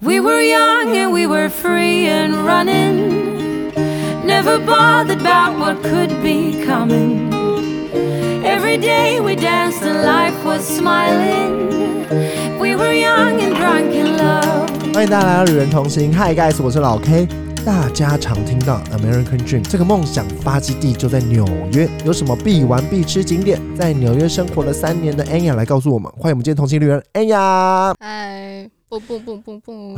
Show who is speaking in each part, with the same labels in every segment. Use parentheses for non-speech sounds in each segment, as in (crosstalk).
Speaker 1: We were young and we were free and running. Never bothered about what could be coming. Every day we danced and life was smiling. We were young and drunk in love.
Speaker 2: 欢迎大家来到旅人同行，Hi guys，我是老 K。大家常听到 American Dream 这个梦想发基地就在纽约，有什么必玩必吃景点？在纽约生活了三年的 Anya 来告诉我们。欢迎我们今天同行旅人 Anya。
Speaker 3: 哎，不不不不不，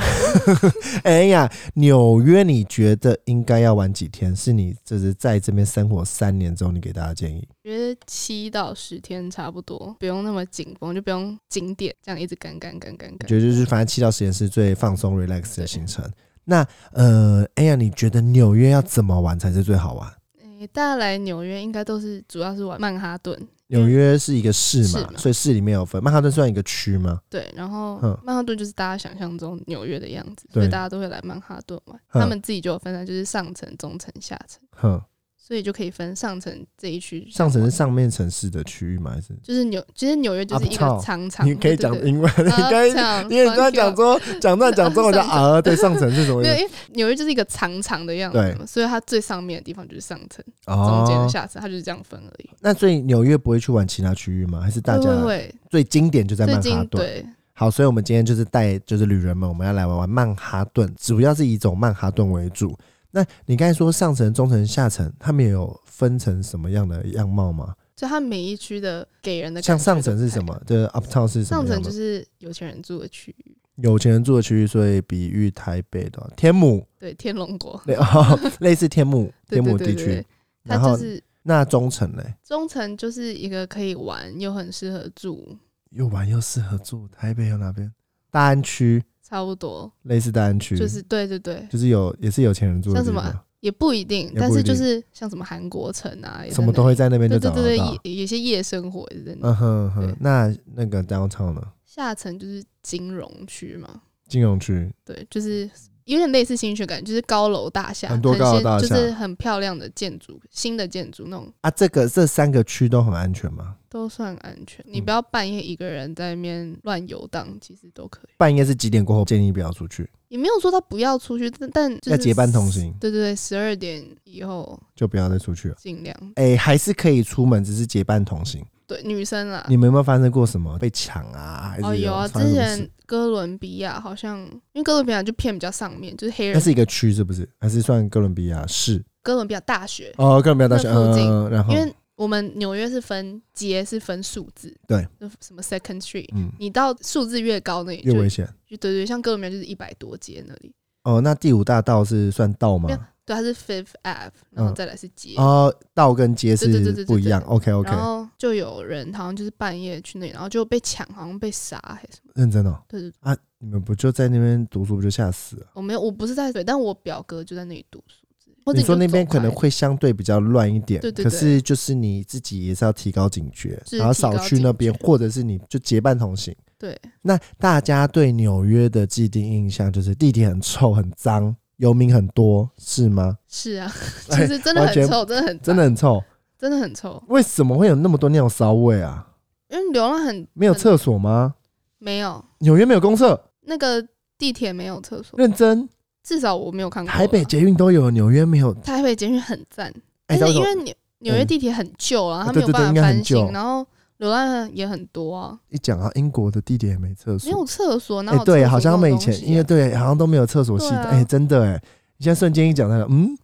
Speaker 2: 哎呀，纽约你觉得应该要玩几天？是你就是在这边生活三年之后，你给大家建议？
Speaker 3: 觉得七到十天差不多，不用那么紧绷，就不用景点这样一直赶赶赶赶
Speaker 2: 我
Speaker 3: 赶。
Speaker 2: 觉得就是反正七到十天是最放松 relax 的行程。那呃，哎呀，你觉得纽约要怎么玩才是最好玩？
Speaker 3: 哎，大家来纽约应该都是主要是玩曼哈顿，
Speaker 2: 纽约是一个市嘛，
Speaker 3: 嗯市嘛
Speaker 2: 所以市里面有分。曼哈顿算一个区吗？
Speaker 3: 对，然后
Speaker 2: 嗯
Speaker 3: 曼哈顿就是大家想象中纽约的样子，
Speaker 2: 对
Speaker 3: 所以大家都会来曼哈顿玩。
Speaker 2: 嗯
Speaker 3: 他们自己就有分成，啊就是上层、中层、下层，
Speaker 2: 哼，
Speaker 3: 所以就可以分上层这一区。
Speaker 2: 上层是上面城市的区域吗？还是
Speaker 3: 就是纽，其实纽约就是一
Speaker 2: Uptown，
Speaker 3: 个长长，
Speaker 2: 你可 (laughs) 以
Speaker 3: 对
Speaker 2: 讲
Speaker 3: 对啊
Speaker 2: 英文？你可以，
Speaker 3: Uptown，
Speaker 2: 因为你刚才
Speaker 3: Frontier
Speaker 2: 讲说讲段讲中文就
Speaker 3: 上层
Speaker 2: 啊，对，上层是什么意
Speaker 3: 没有，
Speaker 2: 思？
Speaker 3: 因为纽约就是一个长长的样
Speaker 2: 对
Speaker 3: 子嘛，所以它最上面的地方就是上层，中间的
Speaker 2: 哦，
Speaker 3: 下层，它就是这样分而已。
Speaker 2: 那所以纽约不会去玩其他区域吗？还是大家
Speaker 3: 会会
Speaker 2: 最经典就在
Speaker 3: 会，最
Speaker 2: 曼哈
Speaker 3: 近
Speaker 2: 顿？
Speaker 3: 对
Speaker 2: 好，所以我们今天就是带就是旅人们，我们要来玩玩曼哈顿，主要是以走曼哈顿为主。那你刚才说上层、中层、下层，他们有分成什么样的样貌吗？
Speaker 3: 就它每一区的给人的感
Speaker 2: 像
Speaker 3: 觉
Speaker 2: 上
Speaker 3: 都
Speaker 2: 层
Speaker 3: 不
Speaker 2: 是
Speaker 3: 太
Speaker 2: 什
Speaker 3: 一
Speaker 2: 么
Speaker 3: 样？？
Speaker 2: 就是 uptown 是什么
Speaker 3: 上
Speaker 2: 样的？
Speaker 3: 层就是有钱人住的区域，
Speaker 2: 有钱人住的区域，所以比喻台北的天母，
Speaker 3: 对，天龙国，
Speaker 2: 类、 (laughs) 哦、类似天母
Speaker 3: (laughs) 对
Speaker 2: 天
Speaker 3: 对
Speaker 2: 母
Speaker 3: 对
Speaker 2: 地
Speaker 3: 对
Speaker 2: 区
Speaker 3: 对。，它
Speaker 2: 然后、
Speaker 3: 就是
Speaker 2: 那中层嘞，
Speaker 3: 中层就是一个可以玩又很适合住，
Speaker 2: 又玩又适合住。台北有哪边？大安区，
Speaker 3: 差不多
Speaker 2: 类似大安区，
Speaker 3: 就是对对对，
Speaker 2: 就是有也是有钱人住的
Speaker 3: 像
Speaker 2: 地
Speaker 3: 什
Speaker 2: 方，
Speaker 3: 么也不一定
Speaker 2: 也，不
Speaker 3: 但
Speaker 2: 一
Speaker 3: 是
Speaker 2: 定
Speaker 3: 就是像什么韩国城啊，也
Speaker 2: 什么
Speaker 3: 在
Speaker 2: 都
Speaker 3: 那
Speaker 2: 会
Speaker 3: 里
Speaker 2: 在那边就
Speaker 3: 对对
Speaker 2: 找得到。
Speaker 3: 对对，也有些夜生活也是在那里。
Speaker 2: 嗯哼哼
Speaker 3: 对，
Speaker 2: 那那个 downtown 呢？
Speaker 3: 下层就是金融区嘛，
Speaker 2: 金融区，
Speaker 3: 对，就是有点类似新学感觉，就是高楼大厦，
Speaker 2: 很多高楼大厦
Speaker 3: 新就是很漂亮的建筑，新的建筑那种
Speaker 2: 啊，这个这三个区都很安全吗？
Speaker 3: 都算安全。你
Speaker 2: 嗯
Speaker 3: 不要半夜一个人在那边乱游荡，其实都可以，
Speaker 2: 半夜是几点过后建议不要出去，
Speaker 3: 也没有说他不要出去，但但就是
Speaker 2: 要结伴同行
Speaker 3: 对对对，十二点以后
Speaker 2: 就不要再出去了。
Speaker 3: 尽量。
Speaker 2: 哎、还是可以出门，只是结伴同行。
Speaker 3: 对女生啦，
Speaker 2: 你们有没有发生过什么被抢啊？还是
Speaker 3: 啊哦有啊，
Speaker 2: 发生
Speaker 3: 之
Speaker 2: 什么事
Speaker 3: 前哥伦比亚好像，因为哥伦比亚就偏比较上面，就是黑
Speaker 2: 那
Speaker 3: 人，
Speaker 2: 是一个区是不是？还是算哥伦比亚市？
Speaker 3: 哥伦比亚大学，
Speaker 2: 哦，哥伦比亚大学，
Speaker 3: 那附近
Speaker 2: 嗯，然后
Speaker 3: 因为我们纽约是分街是分数字，
Speaker 2: 对，
Speaker 3: 什么 Second Street，
Speaker 2: 嗯，
Speaker 3: 你到数字越高那里
Speaker 2: 越
Speaker 3: 就
Speaker 2: 危险。
Speaker 3: 就对对，像哥伦比亚就是一百多街那里，
Speaker 2: 哦，那第五大道是算道吗
Speaker 3: 没？有对，它是 Fifth Ave，然后再来是街，
Speaker 2: 嗯哦，道跟街
Speaker 3: 对对对
Speaker 2: 是
Speaker 3: 对对
Speaker 2: 不一样。
Speaker 3: 对
Speaker 2: OK OK，
Speaker 3: 然后就有人好像就是半夜去那里，然后就被抢，好像被杀还是什么，
Speaker 2: 认真哦。
Speaker 3: 对对对，
Speaker 2: 啊，你们不就在那边读书，不就吓死了？
Speaker 3: 我没有，我不是在对，但我表哥就在那里读书之类，或者
Speaker 2: 你说
Speaker 3: 就
Speaker 2: 那边
Speaker 3: 走
Speaker 2: 可能
Speaker 3: 快
Speaker 2: 会相对比较乱一点，
Speaker 3: 对对
Speaker 2: 可
Speaker 3: 对
Speaker 2: 是就是你自己也是要提高警觉，
Speaker 3: 是
Speaker 2: 然后
Speaker 3: 提高
Speaker 2: 少去那边，
Speaker 3: 警觉
Speaker 2: 或者是你就结伴同行。
Speaker 3: 对，
Speaker 2: 那大家对纽约的既定印象就是地铁很臭、很脏、游民很多，是吗？
Speaker 3: 是啊， (laughs) 其
Speaker 2: 哎
Speaker 3: 实真的
Speaker 2: 完全
Speaker 3: 很臭，真的很
Speaker 2: 真的
Speaker 3: 脏
Speaker 2: 很臭，
Speaker 3: 真的很臭，
Speaker 2: 为什么会有那么多尿骚味啊？
Speaker 3: 因为流浪很
Speaker 2: 没有
Speaker 3: 很
Speaker 2: 厕所吗？
Speaker 3: 没有
Speaker 2: 纽约没有公厕，
Speaker 3: 那个地铁没有厕所，
Speaker 2: 认真。
Speaker 3: 至少我没有看过啦。
Speaker 2: 台北捷运都有，纽约没有。
Speaker 3: 台北捷运很赞，
Speaker 2: 哎
Speaker 3: 但
Speaker 2: 到
Speaker 3: 是
Speaker 2: 时
Speaker 3: 因
Speaker 2: 候
Speaker 3: 为纽纽约地铁很旧啊，
Speaker 2: 嗯
Speaker 3: 它没有
Speaker 2: 对对对
Speaker 3: 办
Speaker 2: 应该
Speaker 3: 法
Speaker 2: 很
Speaker 3: 翻
Speaker 2: 旧
Speaker 3: 新，然后流浪也很多啊，
Speaker 2: 一讲啊，英国的地铁也没厕
Speaker 3: 没
Speaker 2: 所。
Speaker 3: 有厕所，哪
Speaker 2: 哎、
Speaker 3: 有
Speaker 2: 对，
Speaker 3: 厕所
Speaker 2: 好像他
Speaker 3: 这
Speaker 2: 们以
Speaker 3: 种东
Speaker 2: 前
Speaker 3: 西啊
Speaker 2: 因为对，好像都没有厕所系统。
Speaker 3: 对啊
Speaker 2: 哎、真的哎、你现在瞬间一讲到了，嗯，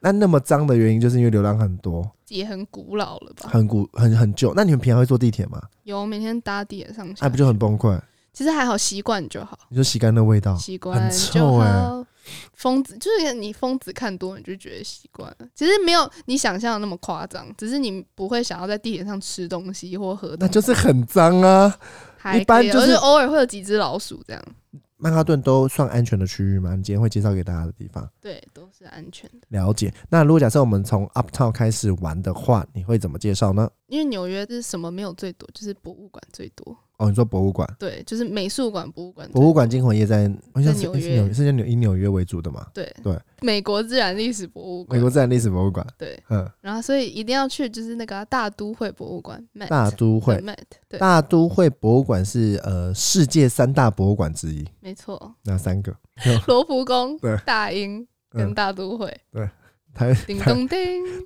Speaker 2: 那那么脏的原因就是因为流浪很多，
Speaker 3: 也很古老了吧？
Speaker 2: 很古很很旧。那你们平常会坐地铁吗？
Speaker 3: 有每天搭地铁上
Speaker 2: 哎、
Speaker 3: 下，
Speaker 2: 不就很崩溃？
Speaker 3: 其实还好，习惯就好，
Speaker 2: 你说洗干的味道，
Speaker 3: 习惯
Speaker 2: 哦臭
Speaker 3: 就
Speaker 2: 哎
Speaker 3: 好。疯子就是你疯子看多，你就觉得习惯了。其实没有你想象的那么夸张，只是你不会想要在地铁上吃东西或喝
Speaker 2: 那
Speaker 3: 东西，
Speaker 2: 就是很脏啊。
Speaker 3: 还
Speaker 2: 一般
Speaker 3: 可以
Speaker 2: 就是
Speaker 3: 而且偶尔会有几只老鼠这样。
Speaker 2: 曼哈顿都算安全的区域吗？你今天会介绍给大家的地方。
Speaker 3: 对，都是安全的。
Speaker 2: 了解。那如果假设我们从 Uptown 开始玩的话，你会怎么介绍呢？
Speaker 3: 因为纽约是什么没有最多，就是博物馆最多。
Speaker 2: 哦，你说博物馆，
Speaker 3: 对，就是美术馆、博物馆最多、
Speaker 2: 博物馆惊魂夜在好像是
Speaker 3: 纽约
Speaker 2: 是纽约，是在纽以纽约为主的嘛？
Speaker 3: 对
Speaker 2: 对，
Speaker 3: 美国自然历史博物
Speaker 2: 美
Speaker 3: 馆
Speaker 2: 国。自然历史博物馆，
Speaker 3: 对，
Speaker 2: 嗯，
Speaker 3: 然后所以一定要去，就是那个啊、大都会博物馆 m a
Speaker 2: 大都会，
Speaker 3: m a t 对，
Speaker 2: 大都会博物馆是呃世界三大博物馆之一，
Speaker 3: 没错，
Speaker 2: 哪三个？
Speaker 3: 罗浮宫
Speaker 2: 对、
Speaker 3: 大英跟
Speaker 2: 嗯
Speaker 3: 大
Speaker 2: (laughs)
Speaker 3: 都会。
Speaker 2: 台
Speaker 3: 叮
Speaker 2: 台
Speaker 3: 咚叮！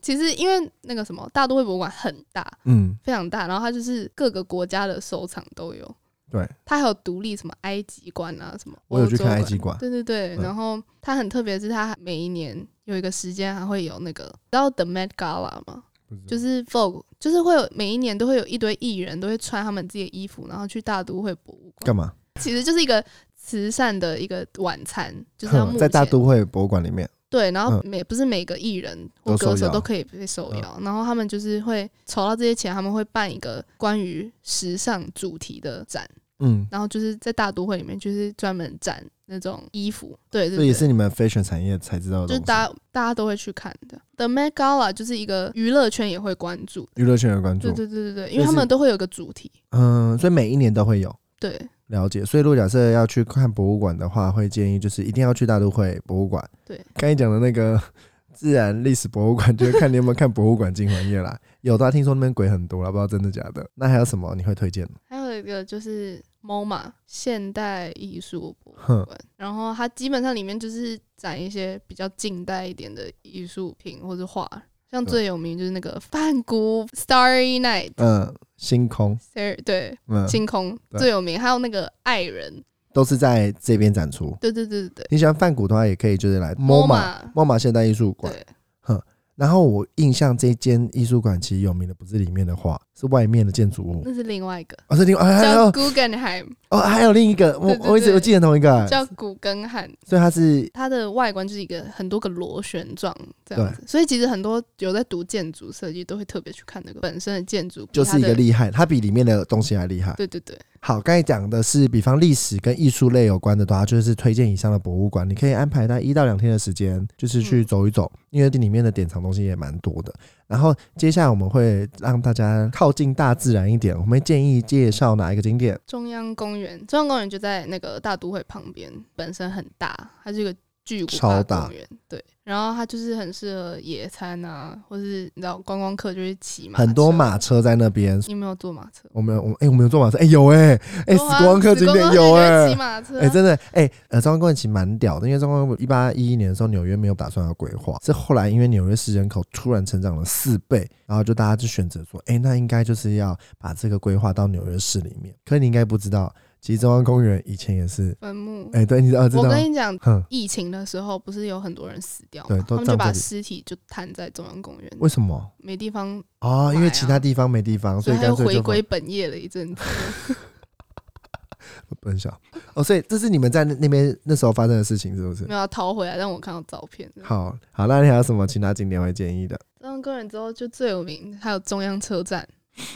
Speaker 3: 其实因为那个什么大都会博物馆很大，
Speaker 2: 嗯，
Speaker 3: 非常大，然后它就是各个国家的收藏都有。
Speaker 2: 对，
Speaker 3: 它还有独立什么埃及馆啊，什么
Speaker 2: 我有去看
Speaker 3: 欧洲
Speaker 2: 埃及馆
Speaker 3: 对对对。
Speaker 2: 嗯
Speaker 3: 然后它很特别，是它每一年有一个时间还会有那个，知道 The Met Gala 吗？
Speaker 2: 嗯
Speaker 3: 就是是 Vogue，就是会有每一年都会有一堆艺人都会穿他们自己的衣服，然后去大都会博物馆
Speaker 2: 干。嘛？
Speaker 3: 其实就是一个慈善的一个晚餐，就是要
Speaker 2: 哼嗯
Speaker 3: 募
Speaker 2: 在大
Speaker 3: 钱
Speaker 2: 都会博物馆里面，
Speaker 3: 对，然后
Speaker 2: 嗯
Speaker 3: 每、不是每个艺人
Speaker 2: 都
Speaker 3: 或歌
Speaker 2: 受
Speaker 3: 手
Speaker 2: 邀嗯
Speaker 3: 都可以被受邀，然后他们就是会筹到这些钱，他们会办一个关于时尚主题的展，
Speaker 2: 嗯，
Speaker 3: 然后就是在大都会里面就是专门展那种衣服，对对
Speaker 2: 这也
Speaker 3: 对，
Speaker 2: 是你们 fashion 产业才知道的
Speaker 3: 就是
Speaker 2: 东西，
Speaker 3: 大家大家都会去看的。The Met Gala 就是一个娱乐圈也会关注，
Speaker 2: 娱乐圈有关注
Speaker 3: 对，对对对对，因
Speaker 2: 就
Speaker 3: 为
Speaker 2: 哦是
Speaker 3: 他们都会有个主题，
Speaker 2: 嗯，所以每一年都会有。
Speaker 3: 对
Speaker 2: 了解，所以如果假设要去看博物馆的话，会建议就是一定要去大都会博物馆。
Speaker 3: 对，
Speaker 2: 刚才讲的那个自然历史博物馆，就是看你有没有看博物馆惊魂夜啦。有的啊，听说那边鬼很多啦，不知道真的假的。那还有什么你会推荐的？
Speaker 3: 还有一个就是 MoMA 现代艺术博物
Speaker 2: 哼
Speaker 3: 馆，然后它基本上里面就是展一些比较近代一点的艺术品或者画，像
Speaker 2: 对
Speaker 3: 最有名就是那个梵谷 Starry Night，
Speaker 2: 嗯，星空，
Speaker 3: Starry- 对，
Speaker 2: 嗯，
Speaker 3: 星空
Speaker 2: 对
Speaker 3: 最有名，还有那个爱人，
Speaker 2: 都是在这边展出。
Speaker 3: 对对对对对
Speaker 2: 你喜欢梵谷的话，也可以就是来 MoMA
Speaker 3: ，MoMA，
Speaker 2: MoMA 现代艺术馆。
Speaker 3: 对，
Speaker 2: 然后我印象这间艺术馆其实有名的不是里面的画，是外面的建筑物。
Speaker 3: 那是另外一个。
Speaker 2: 哦，是另外还
Speaker 3: 叫
Speaker 2: 有
Speaker 3: Guggenheim，
Speaker 2: 哦，还有另一个，我
Speaker 3: 对对
Speaker 2: 我一直
Speaker 3: 对
Speaker 2: 我记得同一个，
Speaker 3: 叫古根汉，
Speaker 2: 所以它是
Speaker 3: 它的外观就是一个很多个螺旋状这样子，所以其实很多有在读建筑设计都会特别去看那个本身的建筑，
Speaker 2: 就是一
Speaker 3: 比
Speaker 2: 个
Speaker 3: 它的
Speaker 2: 厉害，它比里面的东西还厉害。
Speaker 3: 对对对，
Speaker 2: 好，刚才讲的是，比方历史跟艺术类有关的话，就是推荐以上的博物馆，你可以安排在一到两天的时间，就是去走一
Speaker 3: 嗯
Speaker 2: 走，因为里面的典藏东西也蛮多的。然后接下来我们会让大家靠近大自然一点，我们会建议介绍哪一个景点？
Speaker 3: 中央公园，中央公园就在那个大都会旁边，本身很大，它是一个巨无
Speaker 2: 超
Speaker 3: 霸
Speaker 2: 大
Speaker 3: 公园，对，然后它就是很适合野餐啊，或是你知道观光客就会骑马，
Speaker 2: 很多，马车在那边。
Speaker 3: 你有没有坐马车？
Speaker 2: 我们我们哎、我们有坐马车哎、有哎、哎、
Speaker 3: 有啊
Speaker 2: 时光客景点有哎、
Speaker 3: 骑马车啊、
Speaker 2: 哎、真的，哎、呃，中央公园其实蛮屌的，因为中央公园一八一一年的时候，纽约没有打算要规划，是后来因为纽约市人口突然成长了四倍，然后就大家就选择说，哎、那应该就是要把这个规划到纽约市里面。可你应该不知道，其实中央公园以前也是，
Speaker 3: 坟墓。
Speaker 2: 哎、对，你知道知
Speaker 3: 我
Speaker 2: 道，
Speaker 3: 跟你讲，
Speaker 2: 哼，
Speaker 3: 疫情的时候不是有很多人死掉
Speaker 2: 对
Speaker 3: 吗？
Speaker 2: 都
Speaker 3: 他们就
Speaker 2: 葬在
Speaker 3: 把
Speaker 2: 这里
Speaker 3: 尸体就摊在中央公园，
Speaker 2: 为什么？
Speaker 3: 没地方，
Speaker 2: 哦，因为
Speaker 3: 买啊
Speaker 2: 其他地方没地方，所
Speaker 3: 所
Speaker 2: 以
Speaker 3: 以他
Speaker 2: 干
Speaker 3: 又
Speaker 2: 脆
Speaker 3: 回
Speaker 2: 就
Speaker 3: 归本业了一阵
Speaker 2: (laughs)
Speaker 3: 子。
Speaker 2: 放分享。哦，所以这是你们在那那边那时候发生的事情，是不是
Speaker 3: 没？有要逃回来，但我看到照片。
Speaker 2: 好好，那你还有什么其他景点会建议的？
Speaker 3: 中央公园之后就最有名，还有中央车站，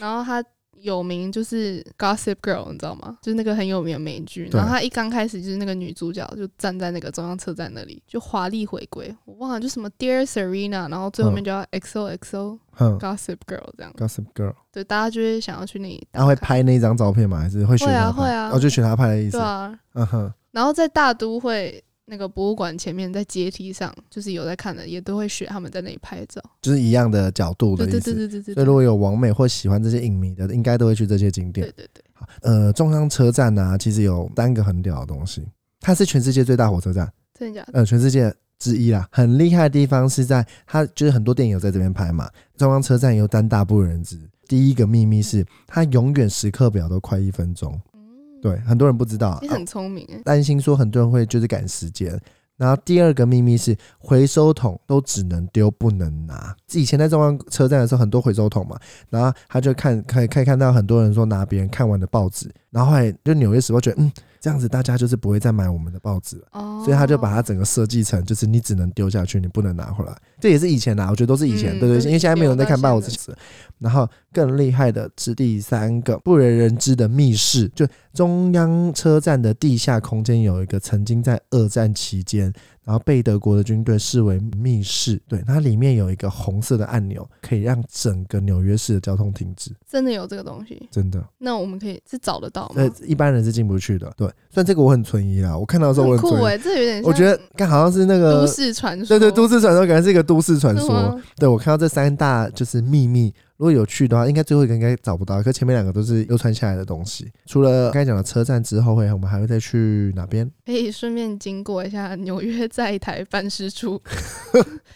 Speaker 3: 然后它有名就是 Gossip Girl，你知道吗？就是那个很有名的美剧。
Speaker 2: 对
Speaker 3: 然后它一刚开始就是那个女主角就站在那个中央车站那里，就华丽回归。我忘了就什么 Dear Serena，然后最后面就要 XOXO
Speaker 2: 哼
Speaker 3: Gossip Girl 这样。
Speaker 2: 嗯，Gossip Girl。
Speaker 3: 对，大家就会想要去那里打
Speaker 2: 他嗯会
Speaker 3: 卡。
Speaker 2: 拍那张照片吗？还是会学
Speaker 3: 会
Speaker 2: 他
Speaker 3: 啊
Speaker 2: 拍？
Speaker 3: 会啊
Speaker 2: 哦，就学他拍的意思。
Speaker 3: 对啊，
Speaker 2: 嗯哼，
Speaker 3: 然后在大都会那个博物馆前面，在阶梯上，就是有在看的，也都会学他们在那里拍照。
Speaker 2: 就是一样的角度的
Speaker 3: 对
Speaker 2: 意
Speaker 3: 对
Speaker 2: 思。
Speaker 3: 对对对对
Speaker 2: 所以
Speaker 3: 对
Speaker 2: 如果有网美或喜欢这些影迷的，应该都会去这些景点
Speaker 3: 对。对对，
Speaker 2: 好呃，中央车站啊，其实有三个很屌的东西，它是全世界最大火车站，
Speaker 3: 真的假的？
Speaker 2: 呃，全世界之一啦。很厉害的地方是在它就是很多电影有在这边拍嘛，中央车站有单大不为人知。第一个秘密是它永远时刻表都快一分钟，
Speaker 3: 嗯，
Speaker 2: 呃对，很多人不知道。
Speaker 3: 你
Speaker 2: 啊
Speaker 3: 很聪明哎。
Speaker 2: 担心说很多人会就是赶时间。然后第二个秘密是回收桶都只能丢不能拿。以前在中央车站的时候，很多回收桶嘛，然后他就看可以可以看到很多人说拿别人看完的报纸，然后后来就《纽约时报》觉得嗯这样子大家就是不会再买我们的报纸了。
Speaker 3: 哦，
Speaker 2: 所以他就把它整个设计成，就是你只能丢下去，你不能拿回来。这也是以前啦，我觉得都是以前，
Speaker 3: 嗯
Speaker 2: 对
Speaker 3: 都
Speaker 2: 对，
Speaker 3: 是
Speaker 2: 因为现在没有人在看报纸
Speaker 3: 以
Speaker 2: 了。然后更厉害的是第三个不为人知的密室，就中央车站的地下空间有一个曾经在二战期间，然后被德国的军队视为密室。对，它里面有一个红色的按钮，可以让整个纽约市的交通停止。
Speaker 3: 真的有这个东西，
Speaker 2: 真的，
Speaker 3: 那我们可以是找得到
Speaker 2: 呃
Speaker 3: 吗？，
Speaker 2: 一般人是进不去的。对，虽然这个我很存疑啊啦，我看到的时候我
Speaker 3: 很
Speaker 2: 很
Speaker 3: 酷
Speaker 2: 存疑，
Speaker 3: 哎，这有点
Speaker 2: 我觉得刚好像是那
Speaker 3: 像
Speaker 2: 个
Speaker 3: 都市传说，
Speaker 2: 对对，都市传说感觉是一个都市传
Speaker 3: 是
Speaker 2: 说。
Speaker 3: 吗
Speaker 2: 对我看到这三大就是秘密，如果有去的话，应该最后一个应该找不到，可前面两个都是流传下来的东西。除了刚才讲的车站之后，会我们还会再去哪
Speaker 3: (laughs)
Speaker 2: 边？
Speaker 3: 可以顺便经过一下纽约在台办
Speaker 2: (laughs)
Speaker 3: 事处，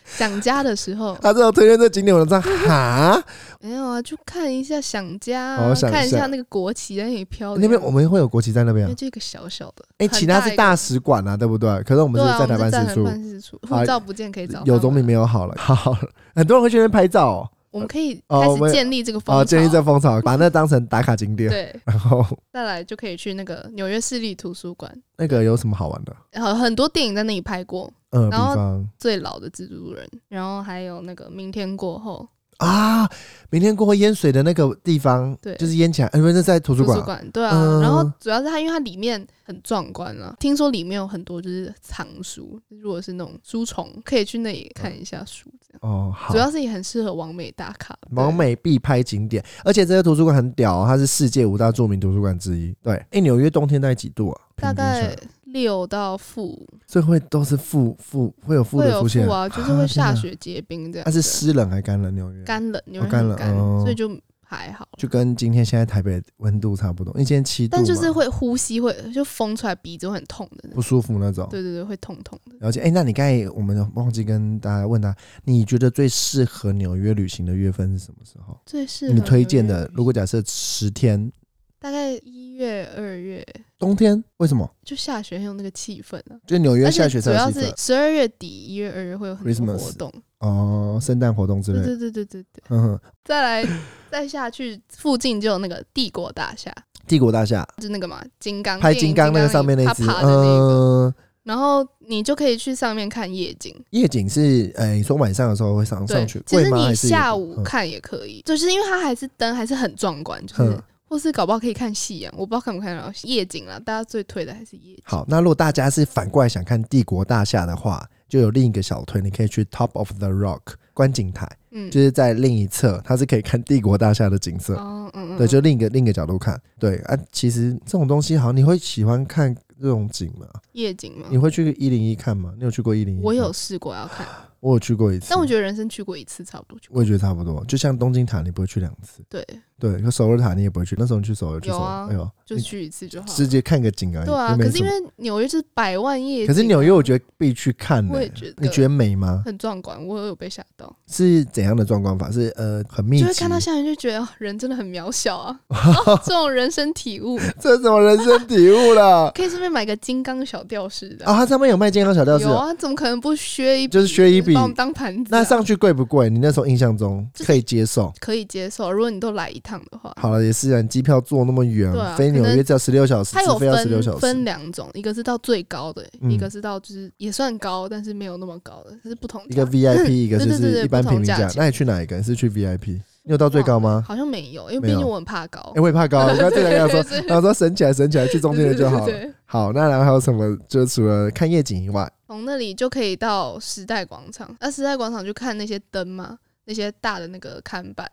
Speaker 3: 想家的时候
Speaker 2: 啊他这种推荐这景点，我都知道
Speaker 3: (laughs)
Speaker 2: 哈。
Speaker 3: 没有啊，就看一下想家啊，
Speaker 2: 哦想
Speaker 3: 看一
Speaker 2: 家
Speaker 3: 下那个国旗在那里飘的
Speaker 2: 那
Speaker 3: 样子。
Speaker 2: 边我们会有国旗在那边啊
Speaker 3: 因为。这个小小的，
Speaker 2: 哎，
Speaker 3: 很
Speaker 2: 其他是
Speaker 3: 一个
Speaker 2: 大使馆啊，对不对？可是我们
Speaker 3: 对
Speaker 2: 是
Speaker 3: 啊，
Speaker 2: 在
Speaker 3: 我
Speaker 2: 台办
Speaker 3: 们在
Speaker 2: 事
Speaker 3: 台
Speaker 2: 处，
Speaker 3: 办事处，
Speaker 2: 啊
Speaker 3: 护照不见可以找。
Speaker 2: 有总比没
Speaker 3: 有，
Speaker 2: 有好了。好，很多人会去那边拍照哦
Speaker 3: 我们可以
Speaker 2: 哦
Speaker 3: 开
Speaker 2: 我们
Speaker 3: 始建立这个风
Speaker 2: 哦，
Speaker 3: 潮。
Speaker 2: 建议这风潮，把那当成打卡景点。
Speaker 3: 对，
Speaker 2: 然后
Speaker 3: 再来就可以去那个纽约市立图书馆，
Speaker 2: 那个有什么好玩的？
Speaker 3: 然后很多电影在那里拍过，
Speaker 2: 嗯，比
Speaker 3: 然后
Speaker 2: 方
Speaker 3: 最老的蜘蛛人，然后还有那个明天过后
Speaker 2: 啊，明天过后淹水的那个地方，
Speaker 3: 对
Speaker 2: 就是淹起来，因呃为那是在图书
Speaker 3: 图
Speaker 2: 馆
Speaker 3: 书
Speaker 2: 啊，
Speaker 3: 馆，对啊，
Speaker 2: 嗯
Speaker 3: 然后主要是它因为它里面很壮观啊，听说里面有很多就是藏书，如果是那种书虫，可以去那里看一下书，这样。
Speaker 2: 哦，好
Speaker 3: 主，要是也很适合完美打卡，对
Speaker 2: 王美必拍景点，而且这个图书馆很屌、哦，它是世界五大著名图书馆之一。对，哎、纽约冬天大概几度啊？
Speaker 3: 大
Speaker 2: 平均下来
Speaker 3: 概六到负五
Speaker 2: 所以会都是负负会有负
Speaker 3: 会
Speaker 2: 的
Speaker 3: 有
Speaker 2: 出现
Speaker 3: 负，啊，就是会
Speaker 2: 啊
Speaker 3: 下
Speaker 2: 天哪
Speaker 3: 雪结冰这样。
Speaker 2: 它是湿冷还干冷？纽约
Speaker 3: 干冷，因
Speaker 2: 哦
Speaker 3: 为
Speaker 2: 干
Speaker 3: 很
Speaker 2: 冷
Speaker 3: 干，
Speaker 2: 哦
Speaker 3: 所以就还好。
Speaker 2: 就跟今天现在台北温度差不多，因为今天七度嘛，
Speaker 3: 但就是会呼吸会就风出来鼻子会很痛的那种，
Speaker 2: 不舒服那种。
Speaker 3: 对对对，会痛痛的。
Speaker 2: 了解，哎、那你刚才我们忘记跟大家问他，你觉得最适合纽约旅行的月份是什么时候？
Speaker 3: 最适合
Speaker 2: 你推荐
Speaker 3: 纽
Speaker 2: 的
Speaker 3: 约，
Speaker 2: 如果假设十天，
Speaker 3: 大概一月二月
Speaker 2: 冬天为什么？
Speaker 3: 就下雪很有那个气氛啊，
Speaker 2: 就纽约
Speaker 3: 而
Speaker 2: 下雪
Speaker 3: 且主
Speaker 2: 才有
Speaker 3: 要
Speaker 2: 气
Speaker 3: 是
Speaker 2: 氛
Speaker 3: 十二月底一月二月会有很
Speaker 2: Christmas
Speaker 3: 多活动，
Speaker 2: 哦，圣诞活动之
Speaker 3: 对
Speaker 2: 类
Speaker 3: 对
Speaker 2: 的。
Speaker 3: 对对对对。
Speaker 2: 嗯哼，
Speaker 3: 再
Speaker 2: (laughs)
Speaker 3: 来再下去附近就有那个帝国大厦，
Speaker 2: 帝国大厦
Speaker 3: 就是那个嘛金刚
Speaker 2: 拍
Speaker 3: 电影
Speaker 2: 金刚那个
Speaker 3: 里
Speaker 2: 上面那
Speaker 3: 他
Speaker 2: 只，
Speaker 3: 爬的那个，
Speaker 2: 嗯，
Speaker 3: 然后你就可以去上面看夜景。
Speaker 2: 夜景是，呃，你说晚上的时候会上
Speaker 3: 对，
Speaker 2: 上去，
Speaker 3: 其
Speaker 2: 贵
Speaker 3: 实
Speaker 2: 吗？
Speaker 3: 你
Speaker 2: 还是嗯
Speaker 3: 下
Speaker 2: 有
Speaker 3: 午看也可以，就是因为它还是灯还是很壮观，就是、
Speaker 2: 嗯
Speaker 3: 或是搞不好可以看夕阳，我不知道看不看得到夜景啦。大家最推的还是夜景，
Speaker 2: 好，那如果大家是反过来想看帝国大厦的话，就有另一个小推，你可以去 Top of the Rock 观景台，
Speaker 3: 嗯，
Speaker 2: 就是在另一侧，它是可以看帝国大厦的景色。
Speaker 3: 哦嗯嗯，
Speaker 2: 对，
Speaker 3: 嗯
Speaker 2: 就另一个另一个角度看，对啊，其实这种东西好像你会喜欢看这种景吗？
Speaker 3: 夜景嘛
Speaker 2: 你。会去一零一看吗？你有去过一零一？
Speaker 3: 我有，试过要看，
Speaker 2: 我有去过一次。
Speaker 3: 但我觉得人生去过一次差不多就够。
Speaker 2: 我也觉得差不多，就像东京塔你不会去两次，
Speaker 3: 对，
Speaker 2: 对，可首尔塔你也不会去。那时候你去首尔，去
Speaker 3: 有
Speaker 2: 首
Speaker 3: 啊
Speaker 2: 尔，哎呦，
Speaker 3: 就
Speaker 2: 你
Speaker 3: 去一次就好
Speaker 2: 直
Speaker 3: 了。
Speaker 2: 接看个景而已。
Speaker 3: 对啊，
Speaker 2: 也没
Speaker 3: 可
Speaker 2: 什
Speaker 3: 是因
Speaker 2: 么
Speaker 3: 为纽约就是百万夜景，
Speaker 2: 可是纽约我觉得必去看、欸，
Speaker 3: 我也觉得
Speaker 2: 你觉得美吗？
Speaker 3: 很壮观，我有被吓到，
Speaker 2: 是怎样的状况法？是呃很密集，
Speaker 3: 就会看到下面就觉得哦人真的很渺小啊，哦这种人生体悟，
Speaker 2: (laughs) 这是什么人生体悟
Speaker 3: (laughs)
Speaker 2: 了
Speaker 3: 可以顺便买个金刚小吊饰的
Speaker 2: 啊！它上面有卖健康小吊饰
Speaker 3: 有
Speaker 2: 哦，
Speaker 3: 啊，怎么可能不削一笔？
Speaker 2: 就是削一笔
Speaker 3: 把我们当盘子啊、
Speaker 2: 那上去贵不贵？你那时候印象中
Speaker 3: 就是
Speaker 2: 可以接受。
Speaker 3: 可以接受，如果你都来一趟的话。
Speaker 2: 好了，也是啊，你机票坐那么远，
Speaker 3: 对啊
Speaker 2: 飞纽
Speaker 3: 可
Speaker 2: 约
Speaker 3: 能
Speaker 2: 只要十六小时，
Speaker 3: 它有
Speaker 2: 直飞要十六
Speaker 3: 分
Speaker 2: 小
Speaker 3: 分
Speaker 2: 时。
Speaker 3: 两种，一个是到最高的，
Speaker 2: 嗯
Speaker 3: 一个是到就是也算高，但是没有那么高的，这是不同
Speaker 2: 一个
Speaker 3: 价
Speaker 2: VIP，一
Speaker 3: (laughs)
Speaker 2: 个就
Speaker 3: 嗯对对
Speaker 2: 是
Speaker 3: 对
Speaker 2: 一般
Speaker 3: 不
Speaker 2: 平
Speaker 3: 同
Speaker 2: 民
Speaker 3: 价
Speaker 2: 价。
Speaker 3: 钱
Speaker 2: 那你去哪一个？你是去 VIP？你有到最高吗？
Speaker 3: 好像没有，因为
Speaker 2: 没有
Speaker 3: 毕竟我很怕高
Speaker 2: 哎、。我也怕
Speaker 3: (laughs)
Speaker 2: 高，我刚才正想跟他说，
Speaker 3: 对对对
Speaker 2: 他说省起来，省起来，去中间的就好
Speaker 3: 对对
Speaker 2: 了。
Speaker 3: 对对
Speaker 2: 好，那然后还有什么？就除了看夜景以外，
Speaker 3: 从那里就可以到时代广场，啊那时代广场就看那些灯嘛，那些大的那个看板。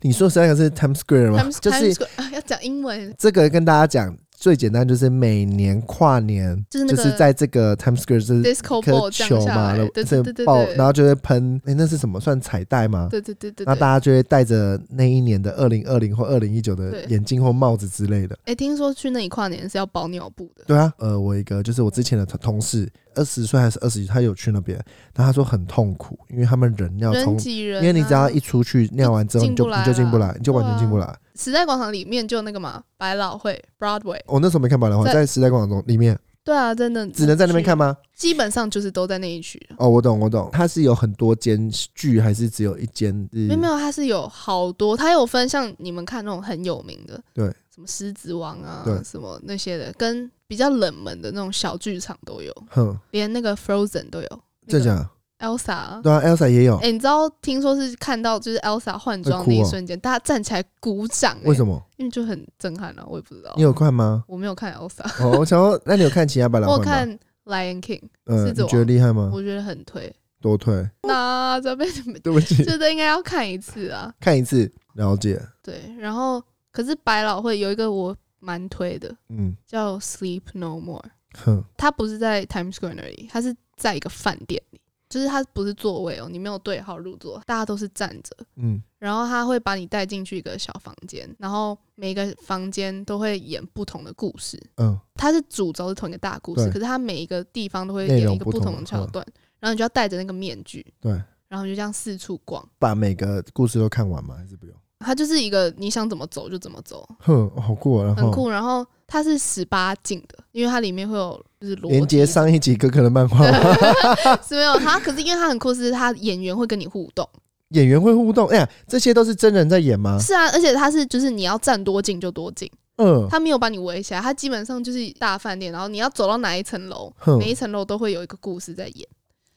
Speaker 2: 你说十三个是 Times Square 吗
Speaker 3: Times-？
Speaker 2: 就是
Speaker 3: Times Square- 啊，要讲英文，
Speaker 2: 这个跟大家讲最简单，就是每年跨年，
Speaker 3: 就是那个
Speaker 2: 在这个 Times Square 就是
Speaker 3: disco
Speaker 2: 一
Speaker 3: ball
Speaker 2: 颗
Speaker 3: 降
Speaker 2: 球
Speaker 3: 下
Speaker 2: 嘛，
Speaker 3: 来，
Speaker 2: 然后
Speaker 3: 对对对
Speaker 2: 是
Speaker 3: 对
Speaker 2: 爆，
Speaker 3: 对，
Speaker 2: 然后就会喷，哎，那是什么？算彩带吗？
Speaker 3: 对对对对
Speaker 2: 那
Speaker 3: 对
Speaker 2: 大。家就会戴着那一年的二零二零或二零一九的
Speaker 3: 对
Speaker 2: 眼镜或帽子之类的。
Speaker 3: 哎、听说去那里跨年是要包尿布的，
Speaker 2: 对啊，呃，我一个就是我之前的同同事，二十岁还是二十一，他有去那边，然后他说很痛苦，因为他们人要
Speaker 3: 人
Speaker 2: 从，
Speaker 3: 挤人啊、
Speaker 2: 因为你只要一出去尿完之后，
Speaker 3: 进
Speaker 2: 你就
Speaker 3: 不来
Speaker 2: 你就进不来，你就完全
Speaker 3: 对啊
Speaker 2: 进不来。
Speaker 3: 时代广场里面就有那个嘛百老汇 Broadway，
Speaker 2: 哦我那时候没看百老汇，
Speaker 3: 对
Speaker 2: 在时代广场中里面，
Speaker 3: 对啊，真的
Speaker 2: 只能在那边看，吗？
Speaker 3: 基本上就是都在那一区。
Speaker 2: 哦，我懂，我懂，它是有很多间剧，还是只有一间？呃
Speaker 3: 没有没
Speaker 2: 有，
Speaker 3: 有，它是有好多，它有分像你们看那种很有名的，
Speaker 2: 对，
Speaker 3: 什么狮子王啊
Speaker 2: 对，
Speaker 3: 什么那些的，跟比较冷门的那种小剧场都有，
Speaker 2: 哼，
Speaker 3: 连那个 Frozen 都有。那
Speaker 2: 这
Speaker 3: 个
Speaker 2: 讲
Speaker 3: Elsa，啊
Speaker 2: 对啊，Elsa 也有
Speaker 3: 哎、，你知道听说是看到就是 Elsa 换装那
Speaker 2: 会
Speaker 3: 一
Speaker 2: 哭哦
Speaker 3: 瞬间，大家站起来鼓掌、哎
Speaker 2: 为什么？
Speaker 3: 因为就很震撼啊，我也不知道
Speaker 2: 你。有看吗？
Speaker 3: 我没有看 Elsa，
Speaker 2: 哦，我想说，那你有看其他
Speaker 3: (laughs)
Speaker 2: 百老
Speaker 3: 我
Speaker 2: 汇
Speaker 3: 有
Speaker 2: 吗？
Speaker 3: 看 Lion King，
Speaker 2: 嗯，
Speaker 3: 狮子
Speaker 2: 你
Speaker 3: 王
Speaker 2: 觉得厉害吗？
Speaker 3: 我觉得很推。
Speaker 2: 多退，
Speaker 3: 那这辈子没
Speaker 2: 对不
Speaker 3: (laughs)
Speaker 2: 起，
Speaker 3: 觉得应该要看一次啊。
Speaker 2: 看一次了解，
Speaker 3: 对，然后可是百老汇有一个我蛮推的，
Speaker 2: 嗯，
Speaker 3: 叫 Sleep No More。
Speaker 2: 哼，
Speaker 3: 它不是在 Times Square 那里，它是在一个饭店里，就是它不是座位哦，你没有对号入座，大家都是站着。
Speaker 2: 嗯，
Speaker 3: 然后他会把你带进去一个小房间，然后每个房间都会演不同的故事。
Speaker 2: 嗯，
Speaker 3: 它是主轴是同一个大故事，
Speaker 2: 对
Speaker 3: 可是它每一个地方都会
Speaker 2: 内
Speaker 3: 演
Speaker 2: 容
Speaker 3: 一个
Speaker 2: 不
Speaker 3: 不
Speaker 2: 同
Speaker 3: 同的桥
Speaker 2: 嗯
Speaker 3: 段，然后你就要戴着那个面具，
Speaker 2: 对，
Speaker 3: 然后你就这样四处逛。
Speaker 2: 把每个故事都看完吗？还是不用？
Speaker 3: 它就是一个你想怎么走就怎么走，
Speaker 2: 哼，哦好酷哦，然
Speaker 3: 很
Speaker 2: 后
Speaker 3: 酷。然后它是十八禁的，因为它里面会有就是裸
Speaker 2: 连接
Speaker 3: 体
Speaker 2: 上一集哥哥的漫画，
Speaker 3: (laughs) 是没有它，可是因为它很酷，是它演员会跟你互动。
Speaker 2: 演员会互动，哎呀，这些都是真人在演吗？
Speaker 3: 是啊，而且它是就是你要站多近就多近，
Speaker 2: 嗯，
Speaker 3: 它没有把你围起来，它基本上就是大饭店，然后你要走到哪一层楼，
Speaker 2: 哼
Speaker 3: 每一层楼都会有一个故事在演。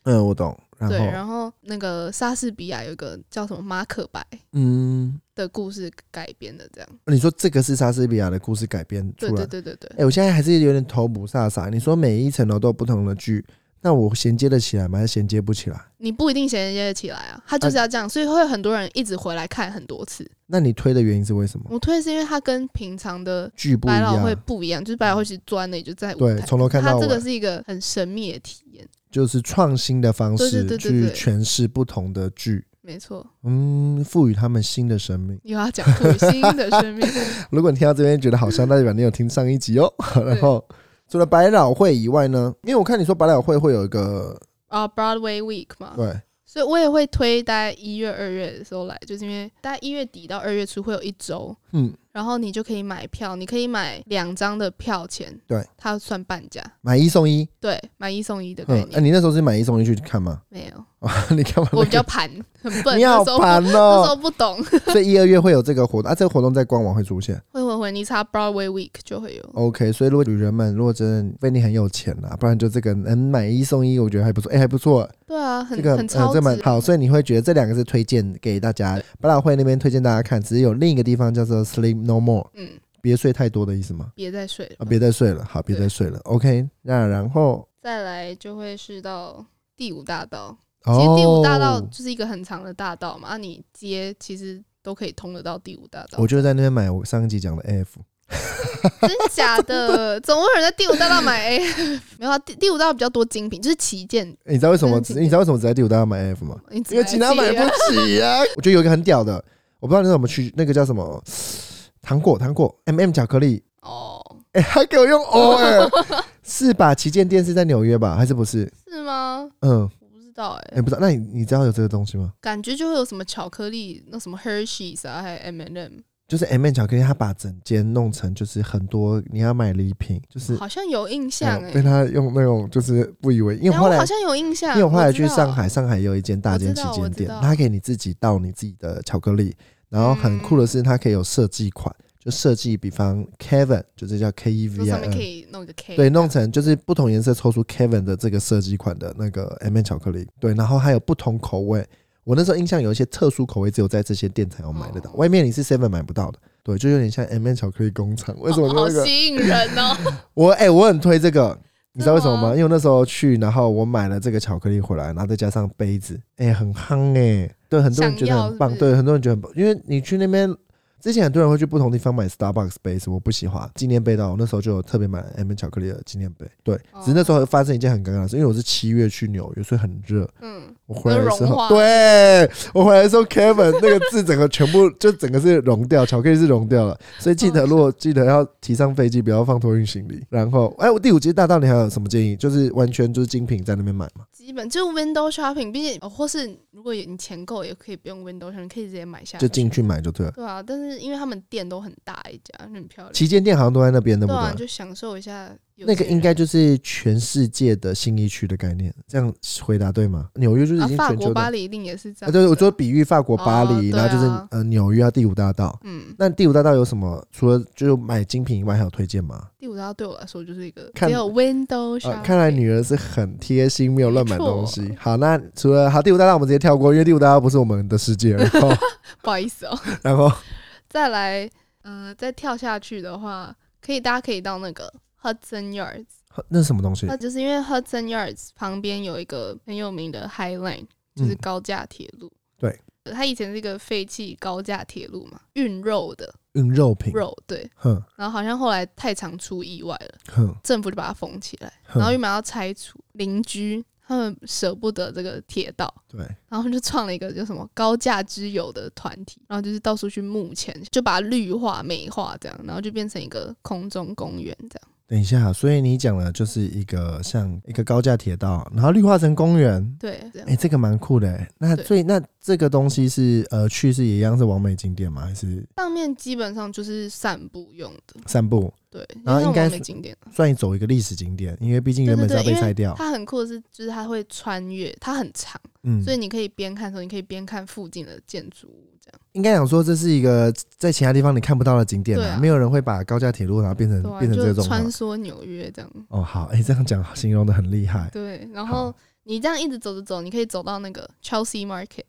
Speaker 2: 嗯，我懂。然
Speaker 3: 对，
Speaker 2: 后，
Speaker 3: 然后那个莎士比亚有一个叫什么马可白
Speaker 2: 嗯，哦
Speaker 3: 的故事改编的，这样。
Speaker 2: 你说这个是莎士比亚的故事改编出
Speaker 3: 对
Speaker 2: 来
Speaker 3: 对
Speaker 2: 的，
Speaker 3: 对对对
Speaker 2: 哎、，我现在还是有点头不飒飒。你说每一层楼都有不同的剧，那我衔接得起来吗？还是衔接不起来？
Speaker 3: 你不一定衔接得起来啊，它就是要这样，所以会有很多人一直回来看很多次。
Speaker 2: 那你推的原因是为什么？
Speaker 3: 我推的是因为它跟平常的
Speaker 2: 剧不一
Speaker 3: 嗯百老汇
Speaker 2: 样，
Speaker 3: 不一样，就是百老汇其实坐在那里就在舞
Speaker 2: 对，
Speaker 3: 台。
Speaker 2: 从头看
Speaker 3: 它
Speaker 2: 到
Speaker 3: 这
Speaker 2: 尾
Speaker 3: 个，是一个很神秘的体验，
Speaker 2: 就是创新的方
Speaker 3: 对对
Speaker 2: 式
Speaker 3: 对对
Speaker 2: 去
Speaker 3: 对
Speaker 2: 诠释不同的剧，
Speaker 3: 没错。
Speaker 2: 嗯，赋予他们新的生命。
Speaker 3: 又要讲土星的
Speaker 2: (laughs)
Speaker 3: 生命，
Speaker 2: 如果你听到这边觉得好笑，那代表你有听上一集哦。(laughs)
Speaker 3: 嗯
Speaker 2: 然后除了百老汇以外呢，因为我看你说百老汇会有一个
Speaker 3: 啊、b r o a d w a y Week 嘛，
Speaker 2: 对，
Speaker 3: 所以我也会推大概一月、二月的时候来，就是因为大概一月底到二月初会有一周，
Speaker 2: 嗯，
Speaker 3: 然后你就可以买票，你可以买两张的票钱，
Speaker 2: 对，
Speaker 3: 它算半价，
Speaker 2: 买一送一，
Speaker 3: 对，买一送一的
Speaker 2: 嗯，
Speaker 3: 概
Speaker 2: 哎、
Speaker 3: 念。
Speaker 2: 你那时候是买一送一去看吗？ (laughs)
Speaker 3: 没有，
Speaker 2: 你干嘛、那个
Speaker 3: 我比较盘，很笨，
Speaker 2: 你好
Speaker 3: 那时候 (laughs) 不
Speaker 2: 烦
Speaker 3: 那时候
Speaker 2: (laughs) 哦、
Speaker 3: 不懂。
Speaker 2: 所以一二月会有这个活动啊，这个活动在官网会出现。
Speaker 3: 会会会，你查 Broadway Week 就会有。
Speaker 2: OK，所以如果旅人们如果真的非你很有钱啦，不然就这个能买一送一，我觉得还不错，哎、还不错，
Speaker 3: 对啊，
Speaker 2: 这
Speaker 3: 很
Speaker 2: 个
Speaker 3: 很
Speaker 2: 呃
Speaker 3: 超
Speaker 2: 这蛮
Speaker 3: 值。
Speaker 2: 好，所以你会觉得这两个是推荐给大家，百老汇那边推荐大家看，只是有另一个地方叫做 Sleep No More，
Speaker 3: 嗯，
Speaker 2: 别睡太多的意思吗？
Speaker 3: 别再睡了
Speaker 2: 啊，
Speaker 3: 吧。
Speaker 2: 别再睡了，好，别再
Speaker 3: 对
Speaker 2: 睡了，OK，那然后
Speaker 3: 再来就会是到第五大道，其实
Speaker 2: 哦，
Speaker 3: 第五大道就是一个很长的大道嘛，啊，你街其实都可以通得到第五大道。
Speaker 2: 我就在那边买我上一集讲的 F，
Speaker 3: 真假
Speaker 2: (laughs)
Speaker 3: 的？总会有人在第五大道买 (laughs) A？没有啊，第第五大道比较多精品，就是旗舰。
Speaker 2: 你知道为什么？
Speaker 3: 真的
Speaker 2: 你知道为什么只在第五大道买 F 吗？
Speaker 3: 你只
Speaker 2: 因为其他
Speaker 3: 来
Speaker 2: 买
Speaker 3: 自己啊
Speaker 2: 不起呀、我觉得有一个很屌的，我不知道你怎么去，那个叫什么糖果糖果 M、m 巧克力，
Speaker 3: 哦，
Speaker 2: 哎、还给我用 O 哎、
Speaker 3: (laughs)
Speaker 2: 是吧？旗舰店是在纽约吧？还是不是？
Speaker 3: 是吗？
Speaker 2: 嗯，
Speaker 3: 我不知道哎、
Speaker 2: 哎、不知道。那你你知道有这个东西吗？
Speaker 3: 感觉就会有什么巧克力，那什么 Hershey's 啊，还有 M&M，
Speaker 2: 就是 M、m 巧克力，它把整间弄成就是很多你要买礼品，就是、
Speaker 3: 好像有印象
Speaker 2: 呃
Speaker 3: 哎、
Speaker 2: 被他用那种就是不以为，因为
Speaker 3: 然
Speaker 2: 后
Speaker 3: 后我
Speaker 2: 来
Speaker 3: 好。像有印象，
Speaker 2: 因为我后来
Speaker 3: 知
Speaker 2: 去
Speaker 3: 道
Speaker 2: 上海，，上海有一间大间
Speaker 3: 我
Speaker 2: 旗
Speaker 3: 知道
Speaker 2: 舰店
Speaker 3: 我，知道
Speaker 2: 它可以你自己倒你自己的巧克力，然后很酷
Speaker 3: 嗯
Speaker 2: 的是它可以有设计款，就设计，比方 Kevin，就是叫 K E
Speaker 3: 说
Speaker 2: V I
Speaker 3: 上面可
Speaker 2: N，
Speaker 3: 以弄个 K，
Speaker 2: 对，弄成就是不同颜色抽出 Kevin 的这个设计款的那个 M、巧克力，对，然后还有不同口味。我那时候印象有一些特殊口味，只有在这些店才有买得到，
Speaker 3: 哦
Speaker 2: 外面你是 Seven 买不到的。对，就有点像 M、巧克力工厂。为什么
Speaker 3: 哦好
Speaker 2: 那个？
Speaker 3: 吸引人哦。
Speaker 2: (laughs) 我哎、我很推这个，你知道为什么
Speaker 3: 真的
Speaker 2: 吗？
Speaker 3: 吗
Speaker 2: 因为我那时候去，然后我买了这个巧克力回来，然后再加上杯子，哎、很夯哎、对，很多人觉得
Speaker 3: 想要
Speaker 2: 很棒，
Speaker 3: 是不是
Speaker 2: 对，很多人觉得很棒，因为你去那边。之前很多人会去不同地方买 Starbucks 杯子，我不喜欢纪念杯的。我那时候就有特别买 M 巧克力的纪念杯，对。只是那时候发生一件很尴尬的事，因为我是七月去纽约，所以很热。
Speaker 3: 嗯，
Speaker 2: 我回来的时
Speaker 3: 融
Speaker 2: 候，
Speaker 3: 化
Speaker 2: 对我回来的时候，Kevin 那个字整个全部就整个是融掉，巧克力是融掉了，所以记
Speaker 3: 哦
Speaker 2: 得如果记得要提上飞机，不要放托运行李。然后，哎，我第五集大道你还有什么建议？就是完全就是精品在那边买嘛，
Speaker 3: 基本就是 window shopping，毕竟、哦、或是如果有你钱够，也可以不用 window shopping，可以直接买下来
Speaker 2: 就。进去买就对了。
Speaker 3: 对啊，但是因为他们店都很大一家，很漂亮。
Speaker 2: 旗舰店好像都在那边，对不
Speaker 3: 对啊，你
Speaker 2: 对？
Speaker 3: 就享受一下有
Speaker 2: 那个
Speaker 3: 钱人啊
Speaker 2: 应该就是全世界的新一区的概念，这样回答对吗？纽约就是已
Speaker 3: 啊，
Speaker 2: 经
Speaker 3: 法
Speaker 2: 全球
Speaker 3: 国
Speaker 2: 的，
Speaker 3: 巴黎一定也是
Speaker 2: 啊
Speaker 3: 这样。
Speaker 2: 对，我说，比喻法国巴黎，
Speaker 3: 哦
Speaker 2: 然后就是、
Speaker 3: 对啊
Speaker 2: 呃纽约啊第五大道。
Speaker 3: 嗯，
Speaker 2: 那第五大道有什么？除了就是买精品以外，还有推荐吗？
Speaker 3: 第五道对我来说就是一个
Speaker 2: 看
Speaker 3: 只有 window shopping，、
Speaker 2: 呃，看来女儿是很贴心，没有乱买
Speaker 3: 没错
Speaker 2: 东西。好，那除了好第五大道，我们直接跳过，因为第五大道不是我们的世
Speaker 3: (laughs)
Speaker 2: 界。然后，
Speaker 3: 不好意思哦。
Speaker 2: 然后
Speaker 3: 再来，嗯、再跳下去的话，可以，大家可以到那个 Hudson Yards，
Speaker 2: 那是什么东西
Speaker 3: 那？就是因为 Hudson Yards 旁边有一个很有名的 High Line，就是
Speaker 2: 嗯
Speaker 3: 高架铁路。
Speaker 2: 对
Speaker 3: 呃，它以前是一个废弃高架铁路嘛，运肉的
Speaker 2: 运肉品。
Speaker 3: 肉，对。
Speaker 2: 哼
Speaker 3: 然后好像后来太常出意外了，
Speaker 2: 哼
Speaker 3: 政府就把它封起来，然后
Speaker 2: 哼，
Speaker 3: 原本要拆除，邻居他们舍不得这个铁道，
Speaker 2: 对，
Speaker 3: 然后就创了一个叫什么高价之友的团体，然后就是到处去募钱，就把它绿化美化这样，然后就变成一个空中公园这样。
Speaker 2: 等一下，所以你讲的就是一个像一个高架铁道，然后绿化成公园。
Speaker 3: 对，这样
Speaker 2: 哎、这个蛮酷的欸。那
Speaker 3: 对
Speaker 2: 最那这个东西是呃去是一样是完美景点吗？还是
Speaker 3: 上面基本上就是散步用的，
Speaker 2: 散步
Speaker 3: 对，因为
Speaker 2: 然后
Speaker 3: 那
Speaker 2: 应
Speaker 3: 种
Speaker 2: 该
Speaker 3: 完
Speaker 2: 是
Speaker 3: 美景点。
Speaker 2: 算走一个历史景点？因为毕竟
Speaker 3: 对
Speaker 2: 原
Speaker 3: 对
Speaker 2: 本是
Speaker 3: 对，
Speaker 2: 要被
Speaker 3: 因
Speaker 2: 拆
Speaker 3: 为
Speaker 2: 掉。
Speaker 3: 它很酷的是，就是它会穿越，它很长，
Speaker 2: 嗯，
Speaker 3: 所以你可以边看的时候，你可以边看附近的建筑物这样。
Speaker 2: 应该讲说这是一个在其他地方你看不到的景点
Speaker 3: 对
Speaker 2: 啦，
Speaker 3: 啊
Speaker 2: 没有人会把高架铁路然后变成、
Speaker 3: 对
Speaker 2: 嗯
Speaker 3: 啊，
Speaker 2: 变成这个
Speaker 3: 就
Speaker 2: 状
Speaker 3: 穿
Speaker 2: 况。
Speaker 3: 梭纽约这样。
Speaker 2: 哦，好，哎、这样讲形容的很厉害
Speaker 3: 对，然
Speaker 2: 好
Speaker 3: 后你这样一直走着走，你可以走到那个 Chelsea Market。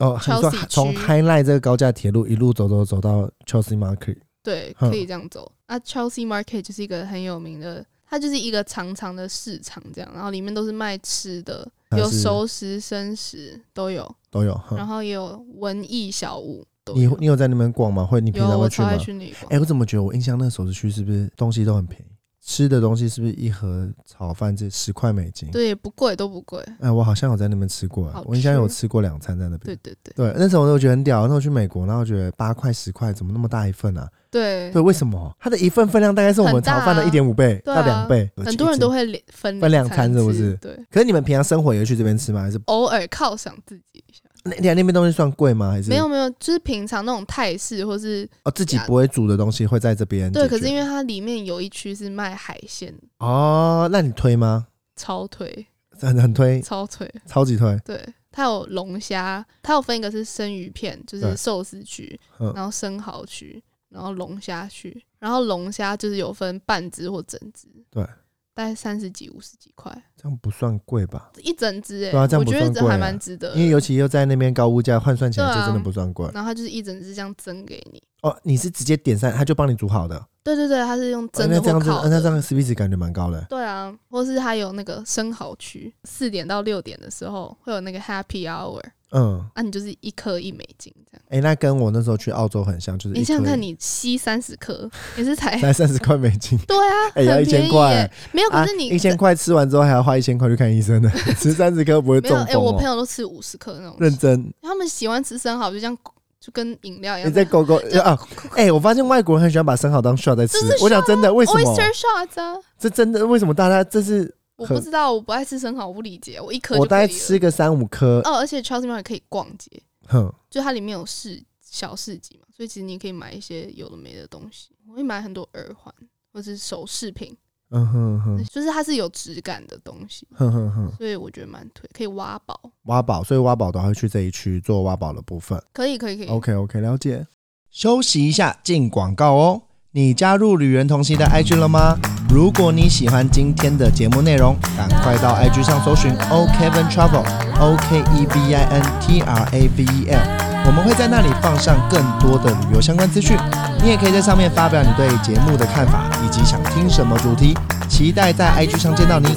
Speaker 2: 哦。你说
Speaker 3: Chelsea 区
Speaker 2: 从 Highline 这个高架铁路一路走走走到 Chelsea Market，
Speaker 3: 对，
Speaker 2: 嗯
Speaker 3: 可以这样走。啊，Chelsea Market 就是一个很有名的，它就是一个长长的市场这样，然后里面都是卖吃的，
Speaker 2: 它
Speaker 3: 有
Speaker 2: 是
Speaker 3: 熟食、生食都有，
Speaker 2: 都有。
Speaker 3: 然
Speaker 2: 哼
Speaker 3: 后也有文艺小物都
Speaker 2: 你
Speaker 3: 有。
Speaker 2: 你有在那边逛吗？会你平
Speaker 3: 有
Speaker 2: 常会
Speaker 3: 我
Speaker 2: 去
Speaker 3: 超
Speaker 2: 吗？
Speaker 3: 爱去那里逛
Speaker 2: 哎、，我怎么觉得我印象那个首饰区是不是东西都很便宜？吃的东西是不是一盒炒饭这十块美金？
Speaker 3: 对，不贵都不贵。
Speaker 2: 哎、我好像有在那边吃过、啊
Speaker 3: 好
Speaker 2: 我印象有
Speaker 3: 吃
Speaker 2: 吃过两餐在那
Speaker 3: 对
Speaker 2: 边。
Speaker 3: 对对
Speaker 2: 对，那时候我就觉得很屌。那时候去美国，然后我觉得八块十块怎么那么大一份啊？
Speaker 3: 对
Speaker 2: 对，为什么？它的一份分量大概是我们
Speaker 3: 很大
Speaker 2: 炒饭的
Speaker 3: 啊
Speaker 2: 一点五倍
Speaker 3: 对
Speaker 2: 到
Speaker 3: 啊
Speaker 2: 两倍。
Speaker 3: 很多人都
Speaker 2: 会。
Speaker 3: 会连分
Speaker 2: 分两餐
Speaker 3: 餐
Speaker 2: 是不
Speaker 3: 吃
Speaker 2: 是
Speaker 3: 对，
Speaker 2: 可是你们平常生活也会去这边吃吗？还是
Speaker 3: 偶尔犒赏自己一下。
Speaker 2: 那那那边东西算贵吗？还是
Speaker 3: 没有没有，就是平常那种泰式或是
Speaker 2: 哦，自己不会煮的东西会在这边解决。
Speaker 3: 对，可是因为它里面有一区是卖海鲜，
Speaker 2: 哦，那你推吗？
Speaker 3: 超推
Speaker 2: 很很推，
Speaker 3: 超推。
Speaker 2: 超级推。
Speaker 3: 对，它有龙虾，它有分一个是生鱼片，就
Speaker 2: 对
Speaker 3: 是寿司区
Speaker 2: 嗯，
Speaker 3: 然后生蚝区，然后龙虾区，然后龙虾就是有分半只或整只，
Speaker 2: 对，
Speaker 3: 大概三十几、五十几块
Speaker 2: 这样不算贵吧？
Speaker 3: 一整只、欸，
Speaker 2: 对啊这样
Speaker 3: 我
Speaker 2: 不
Speaker 3: 觉得
Speaker 2: 算
Speaker 3: 这
Speaker 2: 贵
Speaker 3: 还
Speaker 2: 啊
Speaker 3: 蛮值得的
Speaker 2: 因为尤其又在那边高物价，换算起来
Speaker 3: 呃对
Speaker 2: 就
Speaker 3: 啊
Speaker 2: 真的不算贵、
Speaker 3: 然后它就是一整只这样蒸给你，
Speaker 2: 哦。你是直接点上，他就帮你煮好的，哦
Speaker 3: 对对对，它是用蒸
Speaker 2: 那
Speaker 3: 的
Speaker 2: 这
Speaker 3: 或
Speaker 2: 样子，
Speaker 3: 烤
Speaker 2: 呃那这
Speaker 3: 的。
Speaker 2: 样 CP 值感觉蛮高的。
Speaker 3: 对啊，或是它有那个生蚝区，四点到六点的时候会有那个 Happy Hour，
Speaker 2: 嗯，
Speaker 3: 啊，你就是一颗一美金这样。
Speaker 2: 哎、那跟我那时候去澳洲很像，就是
Speaker 3: 你想想看，
Speaker 2: 一
Speaker 3: 你吸三十颗，也是才
Speaker 2: 颗才三十块美金，
Speaker 3: 对啊，
Speaker 2: 哎、要
Speaker 3: 很
Speaker 2: 一
Speaker 3: 便
Speaker 2: 千
Speaker 3: 宜
Speaker 2: 块、啊
Speaker 3: 耶，没有，可是你
Speaker 2: 一千块吃完之后还要花一千块去看医生呢，吃三十颗不会
Speaker 3: 没
Speaker 2: 中
Speaker 3: 有
Speaker 2: 风、
Speaker 3: 哎、
Speaker 2: 哦。
Speaker 3: 我朋友都吃五十克那种，
Speaker 2: 认真，
Speaker 3: 他们喜欢吃生蚝，就像就跟饮料一
Speaker 2: 你
Speaker 3: 样。
Speaker 2: 在狗狗啊？哎、我发现外国人很喜欢把生蚝当 shot 在吃
Speaker 3: 这是。
Speaker 2: 我讲真的，为什么？
Speaker 3: Oyster shots 啊，
Speaker 2: 这真的为什么大家这是
Speaker 3: 我
Speaker 2: 很
Speaker 3: 不知道，我不爱吃生蚝，我不理解，我一颗
Speaker 2: 我
Speaker 3: 就
Speaker 2: 大
Speaker 3: 可以
Speaker 2: 概
Speaker 3: 了。
Speaker 2: 吃个三五颗，
Speaker 3: 哦，而且 Chelsea Market 可以逛街，
Speaker 2: 哼，
Speaker 3: 就它里面有市小市集嘛，所以其实你可以买一些有的没的东西。我会买很多耳环或是首饰品，
Speaker 2: 嗯哼哼
Speaker 3: 就是它是有质感的东西，
Speaker 2: 哼哼哼。
Speaker 3: 所以我觉得蛮推，可以挖宝，
Speaker 2: 挖宝，所以挖宝的话会去这一区做挖宝的部分。
Speaker 3: 可以可以可以。
Speaker 2: OK OK，了解。休息一下，进广告哦。你加入旅人同行的 IG 了吗？如果你喜欢今天的节目内容，赶快到 IG 上搜寻 o k e v i n Travel O K E V I N T R A V E L，我们会在那里放上更多的旅游相关资讯。你也可以在上面发表你对节目的看法，以及想听什么主题。期待在 IG 上见到你。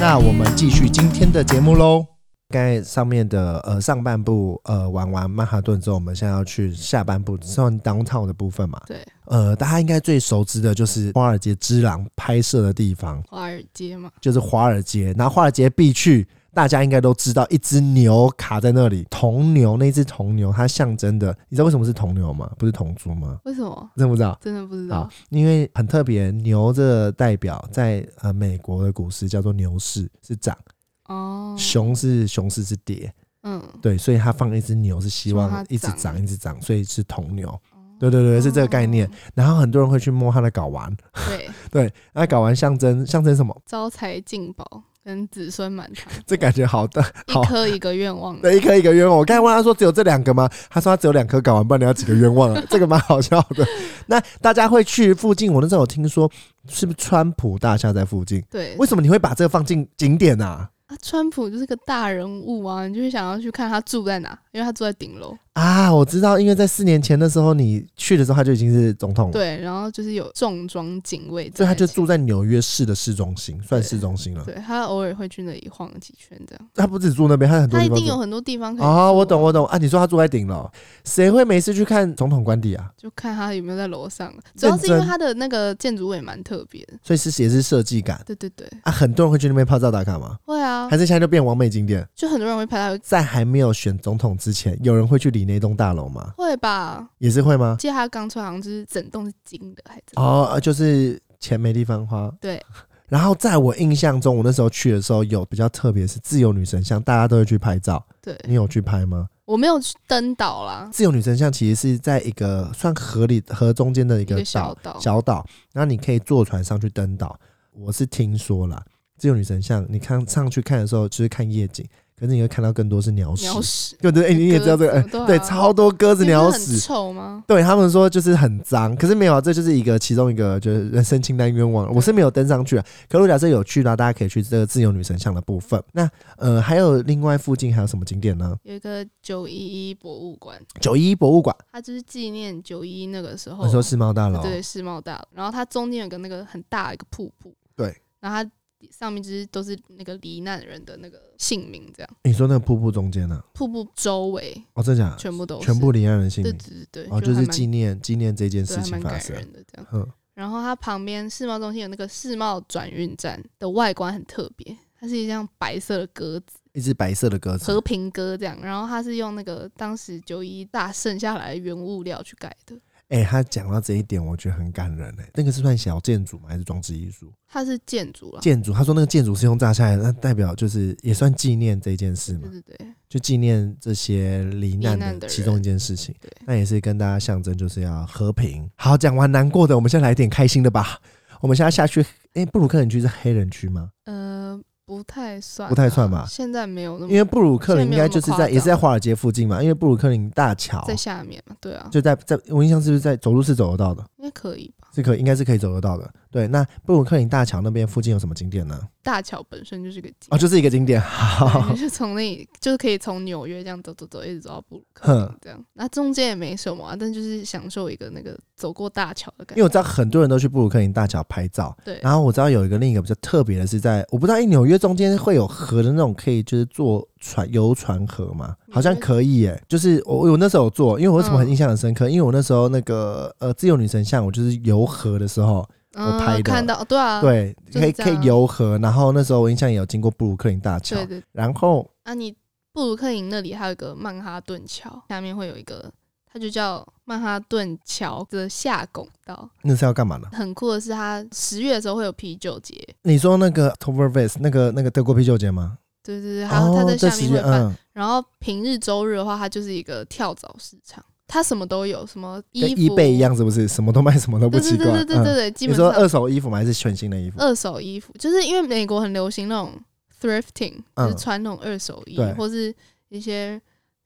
Speaker 2: 那我们继续今天的节目喽。刚才上面的呃上半部呃玩完曼哈顿之后，我们现在要去下半部算 downtown 的部分嘛？
Speaker 3: 对，
Speaker 2: 呃，大家应该最熟知的就是华尔街之狼拍摄的地方，
Speaker 3: 华尔街嘛，
Speaker 2: 就是华尔街。然后华尔街必去，大家应该都知道，一只牛卡在那里，铜牛那只铜牛，它象征的，你知道为什么是铜牛吗？不是铜猪吗？
Speaker 3: 为什么？
Speaker 2: 真不知道。
Speaker 3: 真的不知道
Speaker 2: 好，，因为很特别，牛这个代表在呃美国的股市叫做牛市，是涨；
Speaker 3: 哦，
Speaker 2: 熊啊是熊市是跌。
Speaker 3: 嗯，
Speaker 2: 对，所以他放一只牛是希
Speaker 3: 希望
Speaker 2: 望
Speaker 3: 它
Speaker 2: 一直
Speaker 3: 长
Speaker 2: 长，一直长，所以是铜牛。对对对，是这个概念。然后很多人会去摸他的睾丸，
Speaker 3: 哦对，
Speaker 2: 对，那睾丸象征象征什么？
Speaker 3: 招财进宝跟子孙满堂，
Speaker 2: 这感觉好大 (laughs) 好
Speaker 3: 一。颗一个愿望。
Speaker 2: 对，一颗一个冤枉。我刚才问他说只有这两个吗？他说他只有两颗睾丸，不然你要几个冤枉啊？这个蛮好笑的。 (laughs) 那大家会去附近？我那时候有听说，是不是川普大厦在附近？
Speaker 3: 对
Speaker 2: 为什么你会把这个放进景点啊？
Speaker 3: 啊，川普就是个大人物啊，你就会想要去看他住在哪，因为他住在顶楼。
Speaker 2: 啊，我知道，因为在四年前的时候你去的时候，他就已经是总统了，
Speaker 3: 对，然后就是有重装警卫
Speaker 2: 所
Speaker 3: 在
Speaker 2: 以他
Speaker 3: 那里，
Speaker 2: 就住在纽约市的市中心，算市中心了。
Speaker 3: 对他偶尔会去那里晃几圈，这样。
Speaker 2: 他不止住那边，他很多
Speaker 3: 他
Speaker 2: 地
Speaker 3: 一
Speaker 2: 方
Speaker 3: 定
Speaker 2: 住
Speaker 3: 有很多地方可以
Speaker 2: 哦，我
Speaker 3: 住啊
Speaker 2: 懂，我懂啊！你说他住在顶楼，谁会没事去看总统官邸啊？
Speaker 3: 就看他有没有在楼上。主要是因
Speaker 2: 认
Speaker 3: 为
Speaker 2: 真
Speaker 3: 他的那个建筑物也蛮特别的。
Speaker 2: 所以是也是设计感
Speaker 3: 对对对，
Speaker 2: 啊，很多人会去那边拍照打卡吗？
Speaker 3: 会啊
Speaker 2: 还，是现在就变完美景点？
Speaker 3: 就很多人会拍到，
Speaker 2: 在还没有选总统之前，有人会去理那栋大楼吗？
Speaker 3: 会吧？
Speaker 2: 也是会吗？
Speaker 3: 记得他刚出来好像就是整栋是金的，还是
Speaker 2: 哦，啊就是钱没地方花。
Speaker 3: 对。
Speaker 2: 然后在我印象中，我那时候去的时候有比较特别，是自由女神像，大家都会去拍照。
Speaker 3: 对，
Speaker 2: 你有去拍吗？
Speaker 3: 我没有去登岛啦，
Speaker 2: 自由女神像其实是在一个算河里河中间的一
Speaker 3: 一
Speaker 2: 个
Speaker 3: 个
Speaker 2: 岛
Speaker 3: 小，岛，
Speaker 2: 小岛，然后你可以坐船上去登岛。我是听说啦，自由女神像，你看上去看的时候就是看夜景，可是你会看到更多是鸟屎，
Speaker 3: 鸟屎，
Speaker 2: 对对，哎、你也知道这个，哎
Speaker 3: 鸽子对啊
Speaker 2: 对，超多鸽子、
Speaker 3: 你不是
Speaker 2: 鸟
Speaker 3: 很
Speaker 2: 屎。
Speaker 3: 臭吗？
Speaker 2: 对他们说就是很脏，可是没有啊，这就是一个其中一个就是人生清单愿望。我是没有登上去啊，可如果假设有去的话，大家可以去这个自由女神像的部分。那呃，还有另外附近还有什么景点呢？
Speaker 3: 有一个九一一博物馆，
Speaker 2: 九一一博物馆，
Speaker 3: 它就是纪念九一那个时候
Speaker 2: 哦你，说世贸大楼，
Speaker 3: 哦对世贸大楼，然后它中间有个那个很大的一个瀑布，
Speaker 2: 对，
Speaker 3: 然后它上面就是都是那个罹难人的那个姓名，这样
Speaker 2: 你说那个瀑布中间呢、
Speaker 3: 瀑布周围
Speaker 2: 哦，真的假的？
Speaker 3: 全部都是
Speaker 2: 全部离岸人姓
Speaker 3: 对
Speaker 2: 名
Speaker 3: 对。对对，
Speaker 2: 哦，就
Speaker 3: 还
Speaker 2: 是
Speaker 3: 蛮
Speaker 2: 纪念纪念这件
Speaker 3: 对
Speaker 2: 事
Speaker 3: 还
Speaker 2: 情
Speaker 3: 蛮
Speaker 2: 发
Speaker 3: 感
Speaker 2: 生。
Speaker 3: 人的这样。
Speaker 2: 嗯，
Speaker 3: 然后它旁边世贸中心有那个世贸转运站的外观很特别，它是一张白色的鸽子，
Speaker 2: 一只白色的鸽子
Speaker 3: 和，平鸽这样，然后它是用那个当时九一大剩下来的原物料去改的，
Speaker 2: 哎、他讲到这一点，我觉得很感人哎、那个是算小建筑吗？还是装置艺术？
Speaker 3: 它是建筑啦，
Speaker 2: 建筑，他说那个建筑是用炸下来的，那代表就是也算纪念这件事嘛
Speaker 3: 对，对对，
Speaker 2: 就纪念这些罹
Speaker 3: 罹
Speaker 2: 难
Speaker 3: 难
Speaker 2: 的
Speaker 3: 的
Speaker 2: 其中一件事情
Speaker 3: 人对。
Speaker 2: 那也是跟大家象征就是要和平。好，讲完难过的，我们现在来点开心的吧。我们现在下去，哎、布鲁克林区是黑人区吗？
Speaker 3: 呃，不太算啦，
Speaker 2: 不太算吧
Speaker 3: 现在没有那
Speaker 2: 因为
Speaker 3: 么
Speaker 2: 布鲁克林应该就是
Speaker 3: 现在没
Speaker 2: 在
Speaker 3: 有那么夸张
Speaker 2: 也是在华尔街附近嘛，因为布鲁克林大桥
Speaker 3: 在下面嘛，对啊，
Speaker 2: 就在在我印象是不是在走路是走得到的？
Speaker 3: 应该可以吧。
Speaker 2: 是可应该是可以走得到的。对，那布鲁克林大桥那边附近有什么景点呢？
Speaker 3: 大桥本身就是个景
Speaker 2: 哦，就是一个哦景点。好
Speaker 3: (laughs) 对，就是从那里，就是可以从纽约这样走走走，一直走到布鲁克
Speaker 2: 哼
Speaker 3: 林这样。那中间也没什么啊，但就是享受一个那个走过大桥的
Speaker 2: (laughs)
Speaker 3: 感
Speaker 2: 因为
Speaker 3: 觉。
Speaker 2: 我知道很多人都去布鲁克林大桥拍照，
Speaker 3: 对，
Speaker 2: 然后我知道有一个另一个比较特别的是在，我不知道，因为纽约中间会有河的那种，可以就是坐船游船河嘛，
Speaker 3: 嗯
Speaker 2: 好像可以耶、就是我我那时候有坐，因为我为什么很印象很深刻？因为我那时候那个呃自由女神像，我就是游河的时候，
Speaker 3: 嗯，
Speaker 2: 拍的
Speaker 3: 看到，对啊，
Speaker 2: 对，
Speaker 3: 就是
Speaker 2: 可以
Speaker 3: 这
Speaker 2: 可以
Speaker 3: 样
Speaker 2: 游河，然后那时候我印象也有经过布鲁克林大桥
Speaker 3: 对，对。
Speaker 2: 然后
Speaker 3: 啊，你布鲁克林那里还有一个曼哈顿桥，下面会有一个，它就叫曼哈顿桥的下拱道。
Speaker 2: 那是要干嘛呢？
Speaker 3: 很酷的是，它十月的时候会有啤酒节，
Speaker 2: 你说那个 Tovervest 那个那个德国啤酒节吗？
Speaker 3: 对对对，还有它在下
Speaker 2: 哦这
Speaker 3: 面
Speaker 2: 时
Speaker 3: 会
Speaker 2: 间
Speaker 3: 办
Speaker 2: 嗯，
Speaker 3: 然后平日周日的话，它就是一个跳蚤市场，它什么都有，什么衣
Speaker 2: 跟
Speaker 3: 服
Speaker 2: 易贝一样，是不是？什么都卖，什么都不
Speaker 3: 对
Speaker 2: 奇
Speaker 3: 对
Speaker 2: 怪。
Speaker 3: 对对对对
Speaker 2: 嗯
Speaker 3: 对，基
Speaker 2: 你
Speaker 3: 本
Speaker 2: 说
Speaker 3: 上呃
Speaker 2: 二手衣服吗？还是全新的衣服？
Speaker 3: 二手衣服，就是因为美国很流行那种 thrifting，、
Speaker 2: 嗯
Speaker 3: 就是穿那种二手衣
Speaker 2: 对，
Speaker 3: 或是一些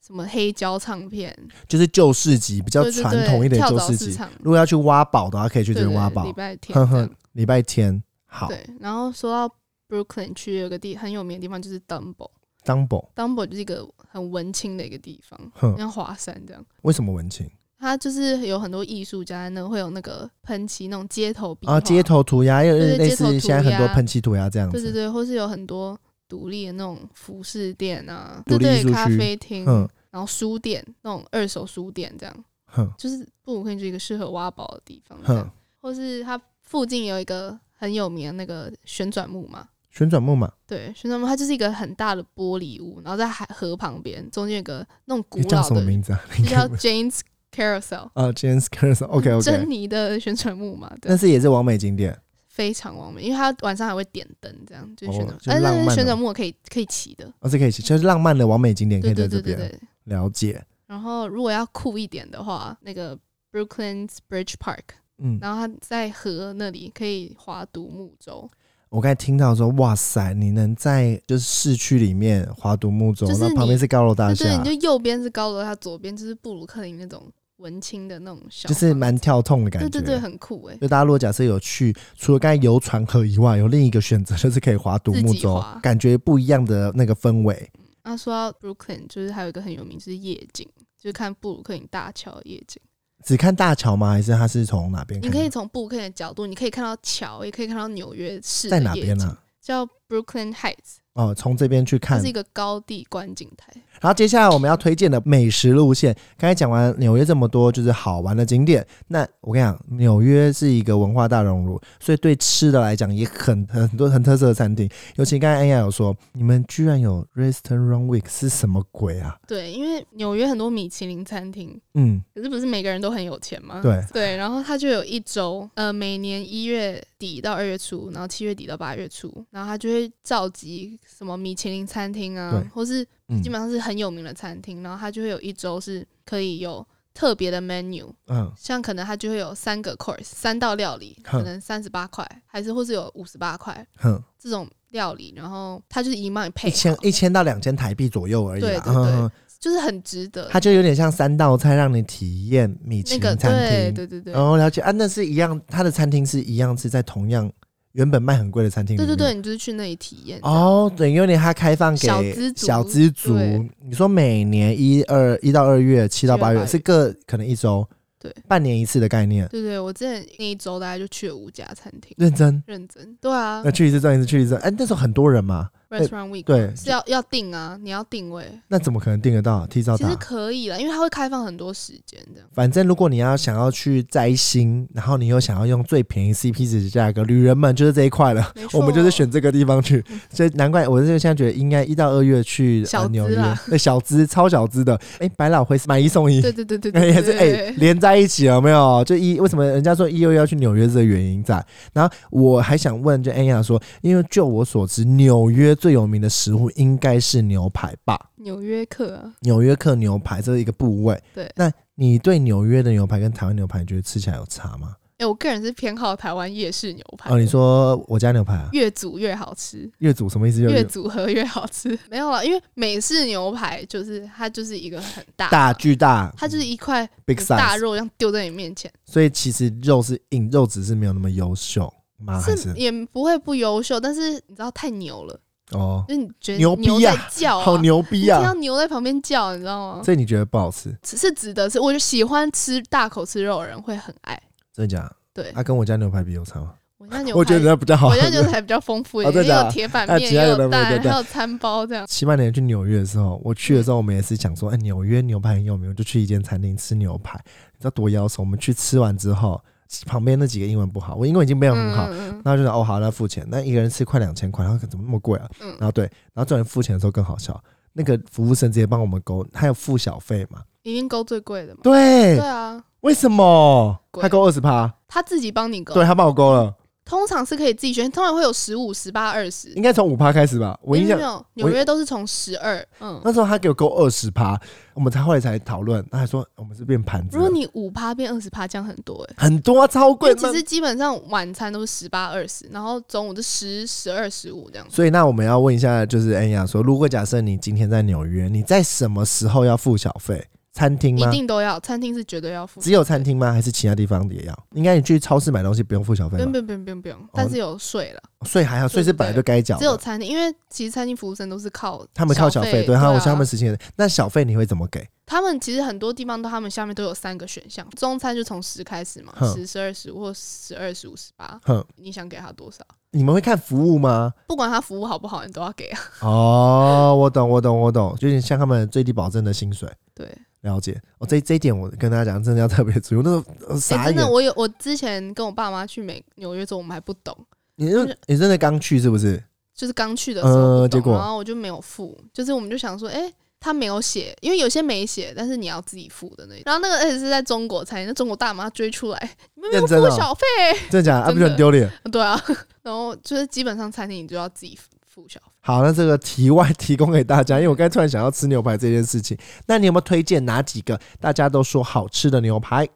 Speaker 3: 什么黑胶唱片，
Speaker 2: 就是旧市集，比较
Speaker 3: 对对
Speaker 2: 传
Speaker 3: 对
Speaker 2: 统一点的
Speaker 3: 跳
Speaker 2: 旧
Speaker 3: 蚤
Speaker 2: 市
Speaker 3: 市
Speaker 2: 集。
Speaker 3: 场，
Speaker 2: 如果要去挖宝的话，可以去
Speaker 3: 对
Speaker 2: 这
Speaker 3: 对
Speaker 2: 边挖
Speaker 3: 对，
Speaker 2: 宝
Speaker 3: 礼。拜天
Speaker 2: 哼
Speaker 3: 这
Speaker 2: 哼
Speaker 3: 样，
Speaker 2: 礼拜天好
Speaker 3: 对。然后说到 Brooklyn 区有个地很有名的地方就是 Dumbo，Dumbo
Speaker 2: ，Dumbo，
Speaker 3: 就是一个很文青的一个地方，
Speaker 2: 哼，
Speaker 3: 像华山这样。
Speaker 2: 为什么文青啊
Speaker 3: 它就是有很多艺术家在那会有那个喷漆那种街头壁画
Speaker 2: 啊？街，头涂鸦，又
Speaker 3: 对对
Speaker 2: 类
Speaker 3: 街头
Speaker 2: 似
Speaker 3: 涂
Speaker 2: 现在很多
Speaker 3: 鸦
Speaker 2: 喷漆涂鸦这样
Speaker 3: 对对
Speaker 2: 子。
Speaker 3: 对，或是有很多独立的那种服饰店啊，
Speaker 2: 独
Speaker 3: 对
Speaker 2: 立艺
Speaker 3: 对，
Speaker 2: 术区
Speaker 3: 咖啡厅，
Speaker 2: 嗯
Speaker 3: 然后书店那种二手书店这样，
Speaker 2: 哼
Speaker 3: 就是布鲁克林就是一个适合挖宝的地方这样
Speaker 2: 哼，
Speaker 3: 或是它附近有一个很有名的那个旋转木马。
Speaker 2: 旋转木马，
Speaker 3: 对，旋转木马它就是一个很大的玻璃屋，然后在海河旁边，中间有个那种古
Speaker 2: 你叫
Speaker 3: 老
Speaker 2: 什么
Speaker 3: 的，
Speaker 2: 名字 (laughs) 啊？
Speaker 3: 就
Speaker 2: 你
Speaker 3: 叫
Speaker 2: 看
Speaker 3: Jane's Carousel，
Speaker 2: 啊，James Curtis，OK
Speaker 3: (laughs) 珍
Speaker 2: OK，
Speaker 3: 妮的旋转木马。对
Speaker 2: 但，是也是完美景点。
Speaker 3: 非常完美，因为它晚上还会点灯，这样就是旋
Speaker 2: 哦
Speaker 3: 转，
Speaker 2: 就是
Speaker 3: 但
Speaker 2: 浪漫
Speaker 3: 是
Speaker 2: 的
Speaker 3: 旋转木马可以可以骑的，
Speaker 2: 哦，这可以，就是浪漫的完美景点可以在
Speaker 3: 对对
Speaker 2: 这
Speaker 3: 对对
Speaker 2: 边
Speaker 3: 对。
Speaker 2: 了解。
Speaker 3: 然后如果要酷一点的话，那个 Brooklyn Brooklyn's Bridge Park，
Speaker 2: 嗯，
Speaker 3: 然后它在河那里可以划独木舟，
Speaker 2: 我刚才听到说，哇塞，你能在就是市区里面划独木舟，
Speaker 3: 就是
Speaker 2: 那
Speaker 3: 你
Speaker 2: 旁边是高楼大
Speaker 3: 对
Speaker 2: 厦
Speaker 3: 对，，你就右边是高楼，它左边就是布鲁克林那种文青的那种小
Speaker 2: 就
Speaker 3: 房子，
Speaker 2: 是蛮跳痛的感觉。
Speaker 3: 对对对，很酷哎、
Speaker 2: 就大家如果假设有去，除了刚才游船河以外，有另一个选择就是可以划独木
Speaker 3: 自己
Speaker 2: 舟
Speaker 3: 划，嗯
Speaker 2: 感觉不一样的那个氛围。
Speaker 3: 然后说到 Brooklyn，就是还有一个很有名就是夜景，就是看布鲁克林大桥的夜景。
Speaker 2: 只看大桥吗？还是它是从哪边
Speaker 3: 你
Speaker 2: 看？
Speaker 3: 可以从布鲁克林的角度，你可以看到桥，也可以看到纽约市的
Speaker 2: 在哪
Speaker 3: 夜
Speaker 2: 边
Speaker 3: 景
Speaker 2: 呢、啊？
Speaker 3: 叫 Brooklyn Heights，
Speaker 2: 哦，从这边去
Speaker 3: 它
Speaker 2: 看
Speaker 3: 是一。个高地观景台。
Speaker 2: 然后接下来我们要推荐的美食路线，刚才讲完纽约这么多就是好玩的景点，那我跟你讲，纽约是一个文化大熔炉，所以对吃的来讲也很 (laughs) 很多很特色的餐厅。尤其刚才安雅有说，你们居然有 Restaurant Week 是什么鬼啊？
Speaker 3: 对，因为纽约很多米其林餐厅，
Speaker 2: 嗯，
Speaker 3: 可是不是每个人都很有钱吗？
Speaker 2: 对
Speaker 3: 对，然后它就有一周，呃，每年一月底到二月初，然后七月底到八月初，然后它就会召集什么米其林餐厅啊
Speaker 2: 对，
Speaker 3: 或是
Speaker 2: 嗯
Speaker 3: 基本上是很有名的餐厅，然后它就会有一周是可以有特别的 menu，
Speaker 2: 嗯，
Speaker 3: 像可能它就会有三个 course，三道料理，
Speaker 2: 哼
Speaker 3: 可能三十八块，还是或是有五十八块
Speaker 2: 哼，
Speaker 3: 这种料理，然后它就是已经帮你配
Speaker 2: 一千
Speaker 3: 好
Speaker 2: 一千到两千台币左右而已啦。
Speaker 3: 对对
Speaker 2: 嗯
Speaker 3: 对
Speaker 2: 嗯嗯
Speaker 3: 就是很值得
Speaker 2: 它就有点像三道菜，让你体验米其
Speaker 3: 那
Speaker 2: 林
Speaker 3: 个
Speaker 2: 餐厅。
Speaker 3: 对对对对
Speaker 2: 然后了解啊，那是一样，它的餐厅是一样是在同样原本卖很贵的餐厅。
Speaker 3: 对对对，。你就是去那里体验这样
Speaker 2: 哦，等于有点它开放给
Speaker 3: 小资族
Speaker 2: 小资族
Speaker 3: 对
Speaker 2: 你说每年一二一到二月，七到八
Speaker 3: 七到八
Speaker 2: 月
Speaker 3: 月
Speaker 2: 是各可能一周，
Speaker 3: 对，
Speaker 2: 半年一次的概念。
Speaker 3: 对对，我之前那一周大概就去了五家餐厅，
Speaker 2: 认真，
Speaker 3: 认真。对啊
Speaker 2: 那去一次赚一次，去一次赚。哎，那时候很多人嘛，
Speaker 3: ，Restaurant Week
Speaker 2: 对，
Speaker 3: 是要要定啊，你要定位，
Speaker 2: 那怎么可能订得到？提早
Speaker 3: 其
Speaker 2: 打
Speaker 3: 实。可以了，因为它会开放很多时间这样。
Speaker 2: 反正如果你要想要去摘星，然后你又想要用最便宜 CP 值的价格，旅人们就是这一块了。
Speaker 3: 没错，
Speaker 2: 我们就是选这个地方
Speaker 3: (laughs)
Speaker 2: 去，所以难怪我就现在觉得应该一到二月去
Speaker 3: 小
Speaker 2: 呃
Speaker 3: 资啊
Speaker 2: 纽约
Speaker 3: 啦，
Speaker 2: 对小资超小资的，哎、百老汇是买一送一，
Speaker 3: 对对 (laughs) 对对
Speaker 2: 哎
Speaker 3: 对，
Speaker 2: 也是哎、
Speaker 3: 对对
Speaker 2: 连在一起啊有没有？就一为什么人家说一又要去纽约是这个原因在。然后我还想问，就安雅说，因为就我所知，纽约最有名的食物应该是牛排吧？
Speaker 3: 纽约客啊，
Speaker 2: 纽约客牛排这是一个部位，
Speaker 3: 对
Speaker 2: 那你对纽约的牛排跟台湾牛排，你觉得吃起来有差吗？
Speaker 3: 哎，我个人是偏好台湾夜市牛排
Speaker 2: 哦，，你说我家牛排、啊、
Speaker 3: 越煮越好吃，
Speaker 2: 越煮什么意思？
Speaker 3: 越组合越好吃。没有了，因为美式牛排就是它就是一个很大
Speaker 2: 大巨大，嗯
Speaker 3: 它就是一块
Speaker 2: big
Speaker 3: 很大
Speaker 2: size，
Speaker 3: 肉，这样丢在你面前，
Speaker 2: 所以其实肉是硬，肉质是没有那么优秀吗？啊还
Speaker 3: 是
Speaker 2: 是
Speaker 3: 也不会不优秀，但是你知道太牛了，
Speaker 2: 哦，
Speaker 3: 就是你觉得
Speaker 2: 牛逼呀
Speaker 3: 在叫、啊，
Speaker 2: 好牛逼
Speaker 3: 你听到
Speaker 2: 啊！
Speaker 3: 牛在旁边叫，你知道吗？
Speaker 2: 所以你觉得不好吃？
Speaker 3: 是是值得吃，我就喜欢吃大口吃肉的人会很爱。
Speaker 2: 真的假的？
Speaker 3: 对，
Speaker 2: 它、跟我家牛排比有差吗？
Speaker 3: 我家牛排，
Speaker 2: 我觉得人家比较好
Speaker 3: 我
Speaker 2: 吃。
Speaker 3: 家牛排比较丰富一
Speaker 2: 哦真
Speaker 3: 点，
Speaker 2: 的
Speaker 3: 又
Speaker 2: 啊
Speaker 3: 有铁板
Speaker 2: 啊
Speaker 3: 面，
Speaker 2: 其他
Speaker 3: 又
Speaker 2: 有的
Speaker 3: 有
Speaker 2: 没有
Speaker 3: 蛋，
Speaker 2: 对对
Speaker 3: 还有餐包这样。
Speaker 2: (laughs) 七八年去纽约的时候，我去的时候，我们也是想说，哎、纽约牛排很有名，我就去一间餐厅吃牛排。你知道多妖手？我们去吃完之后，旁边那几个英文不好，我英文已经没有很好，
Speaker 3: 嗯，嗯
Speaker 2: 然后就想哦好，那付钱，那一个人吃快两千块，然后怎么那么贵啊？
Speaker 3: 嗯
Speaker 2: 然后对，然后这人付钱的时候更好笑，那个服务生直接帮我们勾，他有付小费嘛？
Speaker 3: 一定勾最贵的嘛。
Speaker 2: 对，
Speaker 3: 对啊，
Speaker 2: 为什么
Speaker 3: 贵
Speaker 2: 他勾二十趴？
Speaker 3: 他自己帮你勾
Speaker 2: 对，他帮我勾了，
Speaker 3: 通常是可以自己选，通常会有十五、十八、二十。
Speaker 2: 应该从五趴开始吧？我印
Speaker 3: 没有
Speaker 2: 象
Speaker 3: 没有，纽约都是从十二。嗯，
Speaker 2: 那时候他给我勾二十趴，我们才后来才讨论，他还说我们是变盘子
Speaker 3: 如
Speaker 2: 了，
Speaker 3: 果你五趴变二十趴，这样很多哎、
Speaker 2: 很多啊，超
Speaker 3: 因
Speaker 2: 贵
Speaker 3: 为。其
Speaker 2: 那
Speaker 3: 实基本上晚餐都是十八、二十，然后中午就十、十二、十五这样子。
Speaker 2: 所以那我们要问一下，就是恩雅说，如果假设你今天在纽约，你在什么时候要付小费？餐厅
Speaker 3: 一
Speaker 2: 吗？
Speaker 3: 定都要，餐厅是绝对要付。
Speaker 2: 只有餐厅吗？还是其他地方也要？应该你去超市买东西不用付小费
Speaker 3: 不
Speaker 2: 吧
Speaker 3: 用不？用不用不用不用，但是有税了，
Speaker 2: 税还好，税是本来就该缴
Speaker 3: 只有
Speaker 2: 哦的。
Speaker 3: 餐厅，因为其实餐厅服务生都是靠
Speaker 2: 他们靠小费，
Speaker 3: 费，
Speaker 2: 对，
Speaker 3: 啊
Speaker 2: 他我是他们实行的。那小费你会怎么给？
Speaker 3: 他们其实很多地方都他们下面都有三个选项，中餐就从十开始嘛，
Speaker 2: 哼
Speaker 3: 十、十二、十五或十二、十五、十八，
Speaker 2: 哼，
Speaker 3: 你想给他多少？
Speaker 2: 你们会看服务吗？
Speaker 3: 不管他服务好不好，你都要给啊。
Speaker 2: 哦，我懂，我懂，我懂，有点像他们最低保证的薪水。
Speaker 3: 对，
Speaker 2: 了解，哦，这这一点我跟大家讲，真的要特别注意。我那时候呃
Speaker 3: 哎、
Speaker 2: 傻
Speaker 3: 真
Speaker 2: 眼
Speaker 3: 的，，我有我之前跟我爸妈去美纽约之后，我们还不懂，
Speaker 2: 你就
Speaker 3: 就是
Speaker 2: 你真的刚去是不
Speaker 3: (laughs)
Speaker 2: 是？
Speaker 3: 就是刚去的时候不懂、
Speaker 2: 嗯结果
Speaker 3: 然后我就没有付，就是我们就想说，哎、他没有写，因为有些没写，但是你要自己付的那种。然后那个而且是在中国餐厅，那中国大妈追出来，你们没有
Speaker 2: 认真
Speaker 3: 付
Speaker 2: 哦
Speaker 3: 小费、 (laughs)
Speaker 2: 真的假的？啊，
Speaker 3: 真的
Speaker 2: 不是很丢脸。
Speaker 3: 对啊，然后就是基本上餐厅你就要自己付小费。
Speaker 2: 好，那这个题外 (laughs) 提供给大家，因为我刚才突然想要吃牛排这件事情，那你有没有推荐哪几个大家都说好吃的牛排？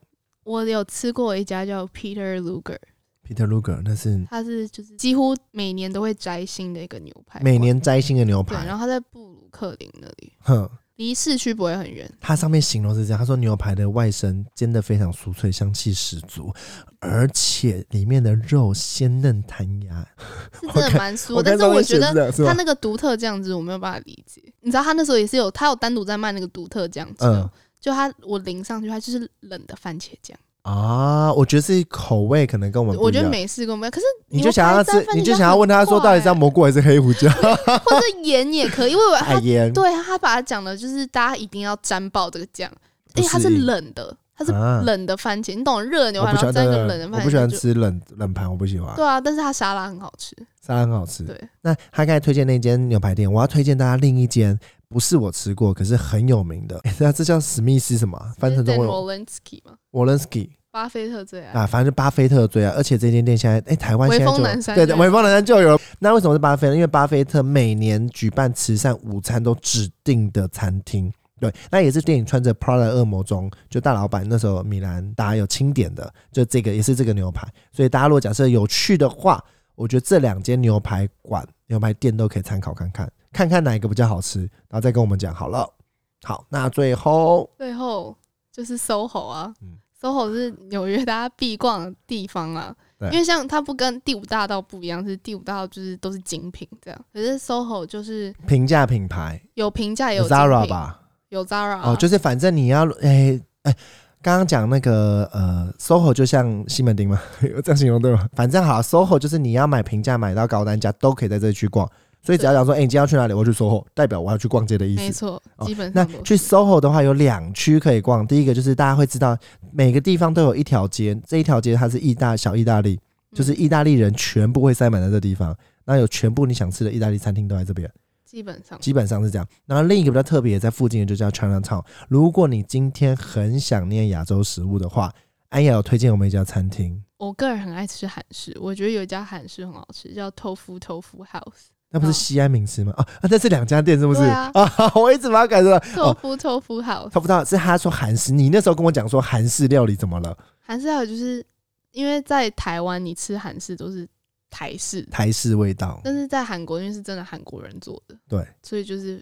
Speaker 3: 我有吃过一家叫 Peter Luger，
Speaker 2: Peter Luger 那是
Speaker 3: 它是就是几乎每年都会摘星的一个牛排馆，
Speaker 2: 每年摘星的牛
Speaker 3: 哎对，
Speaker 2: 排
Speaker 3: 然，后它在布鲁克林那里，
Speaker 2: 哼，
Speaker 3: 离市区不会很远。
Speaker 2: 它上面形容是这样，他说牛排的外身煎得非常酥脆，香气十足，而且里面的肉鲜嫩弹牙。
Speaker 3: 是真的蛮酥，
Speaker 2: 我
Speaker 3: 但
Speaker 2: 看
Speaker 3: 是
Speaker 2: 上
Speaker 3: 我
Speaker 2: 面
Speaker 3: 觉
Speaker 2: 写
Speaker 3: 得
Speaker 2: 的是
Speaker 3: 他
Speaker 2: 吧？
Speaker 3: 那个独特酱汁我没有办法理解。你知道他那时候也是有，他有单独在卖那个独特酱汁哦，
Speaker 2: 嗯
Speaker 3: 就他我淋上去，它就是冷的番茄酱。
Speaker 2: 啊，我觉得是口味可能跟我们不
Speaker 3: 我
Speaker 2: 一
Speaker 3: 觉
Speaker 2: 样。
Speaker 3: 得没试过，没有。可是 (laughs)
Speaker 2: 你就
Speaker 3: 牛
Speaker 2: 想
Speaker 3: 排
Speaker 2: 要
Speaker 3: 沾
Speaker 2: 吃，
Speaker 3: 番
Speaker 2: 你
Speaker 3: 茄
Speaker 2: 就
Speaker 3: 酱
Speaker 2: 想要
Speaker 3: 很欸
Speaker 2: 问他说
Speaker 3: 怪
Speaker 2: 到底是要蘑菇还是黑胡椒？ (laughs)
Speaker 3: 或者盐也可以，因为我
Speaker 2: 海
Speaker 3: 他
Speaker 2: 啊盐
Speaker 3: 啊对他把它讲的就是大家一定要沾爆这个酱，
Speaker 2: 不
Speaker 3: 因为它是
Speaker 2: 是
Speaker 3: 冷的，它是
Speaker 2: 啊
Speaker 3: 冷的番茄，你懂热的牛
Speaker 2: 我
Speaker 3: 排
Speaker 2: 不
Speaker 3: 然
Speaker 2: 喜
Speaker 3: 后
Speaker 2: 欢
Speaker 3: 沾一个
Speaker 2: 那
Speaker 3: 冷的番茄，
Speaker 2: 我不喜欢。吃冷冷盘，我不喜欢。
Speaker 3: 对啊，但是它沙拉很好吃。
Speaker 2: 沙拉很好吃。
Speaker 3: 对，
Speaker 2: 那他刚才推荐那间牛排店，我要推荐大家另一间，不是我吃过，可是很有名的。 (laughs) 那、这叫史密斯什么啊？翻成中
Speaker 3: Dan
Speaker 2: 文
Speaker 3: Rolinski 嘛，
Speaker 2: ，Walensky
Speaker 3: 巴菲特最爱。
Speaker 2: 啊，反正就巴菲特的最爱。而且这间店现在，哎、台湾现在
Speaker 3: 微风
Speaker 2: 就
Speaker 3: 南山
Speaker 2: 对对，
Speaker 3: 对
Speaker 2: 微风南山就有。那为什么是巴菲特？因为巴菲特每年举办慈善午餐都指定的餐厅。对，那也是电影《穿着 Prada 恶魔》中，就大老板那时候米兰达有清点的，就这个也是这个牛排。所以大家如果假设有去的话，我觉得这两间牛排馆、牛排店都可以参考看看，看看哪一个比较好吃，然后再跟我们讲好了。好，那最后
Speaker 3: 最后就是 SOHO 啊、
Speaker 2: 嗯
Speaker 3: s o h o 是纽约大家必逛的地方啊。
Speaker 2: 对
Speaker 3: 因为像它不跟第五大道不一样，是第五大道就是都是精品这样，可是 SOHO 就是
Speaker 2: 评价品牌
Speaker 3: 有平价也有精品
Speaker 2: Zara 吧，
Speaker 3: 有 Zara 啊、
Speaker 2: 哦，就是反正你要，哎、哎，刚刚讲那个呃，SOHO 就像西门町嘛， (laughs) 有这样形容对吗？反正好，SOHO 就是你要买平价、买到高单价都可以在这里去逛，所以只要讲说，哎、你今天要去哪里，我要去 SOHO，代表我要去逛街的意
Speaker 3: 没
Speaker 2: 思。
Speaker 3: 错，
Speaker 2: 哦
Speaker 3: 基本
Speaker 2: 那
Speaker 3: 上都
Speaker 2: 去 SOHO 的话，有两区可以逛。第一个就是大家会知道，每个地方都有一条街，这一条街它是意大小意大利，就是意大利人全部会塞满在这地方。那有全部你想吃的意大利餐厅都在这边。
Speaker 3: 基本上
Speaker 2: 基本上是这样。然后另一个比较特别，在附近的就叫 China Town。如果你今天很想念亚洲食物的话，安雅有推荐我们一家餐厅，
Speaker 3: 我个人很爱吃韩式，我觉得有一家韩式很好吃，叫 Tofu Tofu House。
Speaker 2: 那不是
Speaker 3: 哦
Speaker 2: 西安名吃吗？啊啊，那是两家店是不是？
Speaker 3: 对
Speaker 2: (laughs)
Speaker 3: 啊
Speaker 2: 我一直把它改成哦，
Speaker 3: Tofu Tofu House，
Speaker 2: 他不知道是他说韩式，你那时候跟我讲说韩式料理怎么了？
Speaker 3: 韩式还有就是因为在台湾你吃韩式都是台式，
Speaker 2: 台式味道，
Speaker 3: 但是在韩国因为是真的韩国人做的，
Speaker 2: 对，
Speaker 3: 所以就是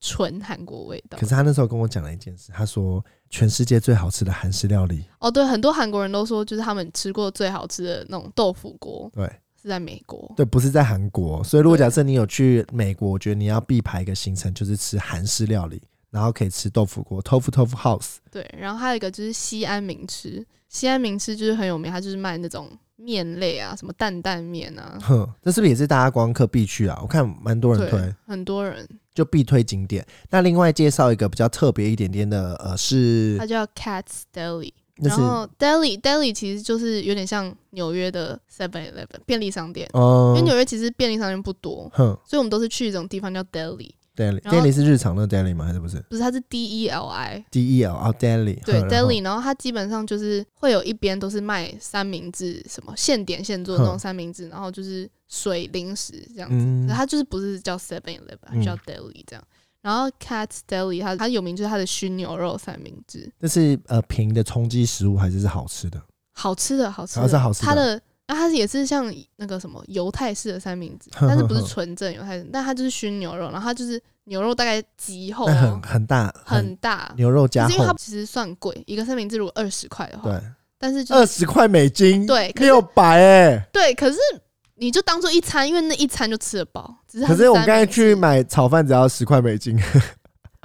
Speaker 3: 纯韩国味道
Speaker 2: 可。是他那时候跟我讲了一件事，他说全世界最好吃的韩式料理，
Speaker 3: 哦，对，很多韩国人都说就是他们吃过最好吃的那种豆腐锅
Speaker 2: 对
Speaker 3: 是在美国，
Speaker 2: 对，不是在韩国。所以如果假设你有去美国，我觉得你要必排一个行程，就是吃韩式料理，然后可以吃豆腐锅 （tofu tofu house）。
Speaker 3: 对，然后还有一个就是西安名吃，西安名吃就是很有名，它就是卖那种面类啊，什么担担面啊，
Speaker 2: 哼，这是不是也是大家观光客必去啊？我看蛮多人推
Speaker 3: 对，，很多人，
Speaker 2: 就必推景点。那另外介绍一个比较特别一点点的，呃，是
Speaker 3: 它叫 Cats Deli。
Speaker 2: 那
Speaker 3: 然
Speaker 2: 是
Speaker 3: 后 Deli Deli 其实就是有点像纽约的 Seven Eleven 便利商店，因为
Speaker 2: 嗯，
Speaker 3: 纽约其实便利商店不多，
Speaker 2: 哼
Speaker 3: 所以我们都是去一种地方叫 Deli，
Speaker 2: ，daily
Speaker 3: 然后
Speaker 2: daily 是日常的 daily 吗？还是不是
Speaker 3: 不是它是 D E L I。
Speaker 2: D E L 啊 daily？
Speaker 3: (laughs) 对
Speaker 2: 哼然后
Speaker 3: deli，然后它基本上就是会有一边都是卖三明治，什么现点现做那种
Speaker 2: 哼
Speaker 3: 三明治，然后就是水零食这样子。
Speaker 2: 嗯
Speaker 3: 可是，它就是不是叫 Seven Eleven，它
Speaker 2: 嗯
Speaker 3: 叫 Deli 这样。然后 Cat's Deli 它它有名就是它的熏牛肉三明治，
Speaker 2: 这是呃平的冲击食物还是是好吃的？
Speaker 3: 好吃的好吃
Speaker 2: 啊
Speaker 3: 的，
Speaker 2: 是好吃的
Speaker 3: 它的那它也是像那个什么犹太式的三明治，
Speaker 2: 哼
Speaker 3: 但是不是
Speaker 2: 哼
Speaker 3: 纯正犹太式，但它就是熏牛肉，然后它就是牛肉大概极厚
Speaker 2: 那很
Speaker 3: 哦，
Speaker 2: 很大，
Speaker 3: 很大，
Speaker 2: 牛肉加
Speaker 3: 可是因为它
Speaker 2: 厚，
Speaker 3: 其实算贵，一个三明治如果二十块的话，
Speaker 2: 对，
Speaker 3: 但是就
Speaker 2: 二
Speaker 3: 是
Speaker 2: 十块美金，
Speaker 3: 对欸可是
Speaker 2: 六百哎。
Speaker 3: 对，可是你就当做一餐，因为那一餐就吃得饱，只是它
Speaker 2: 可是我们
Speaker 3: 三
Speaker 2: 刚才
Speaker 3: 明
Speaker 2: 去
Speaker 3: 治，
Speaker 2: 买炒饭只要十块美金，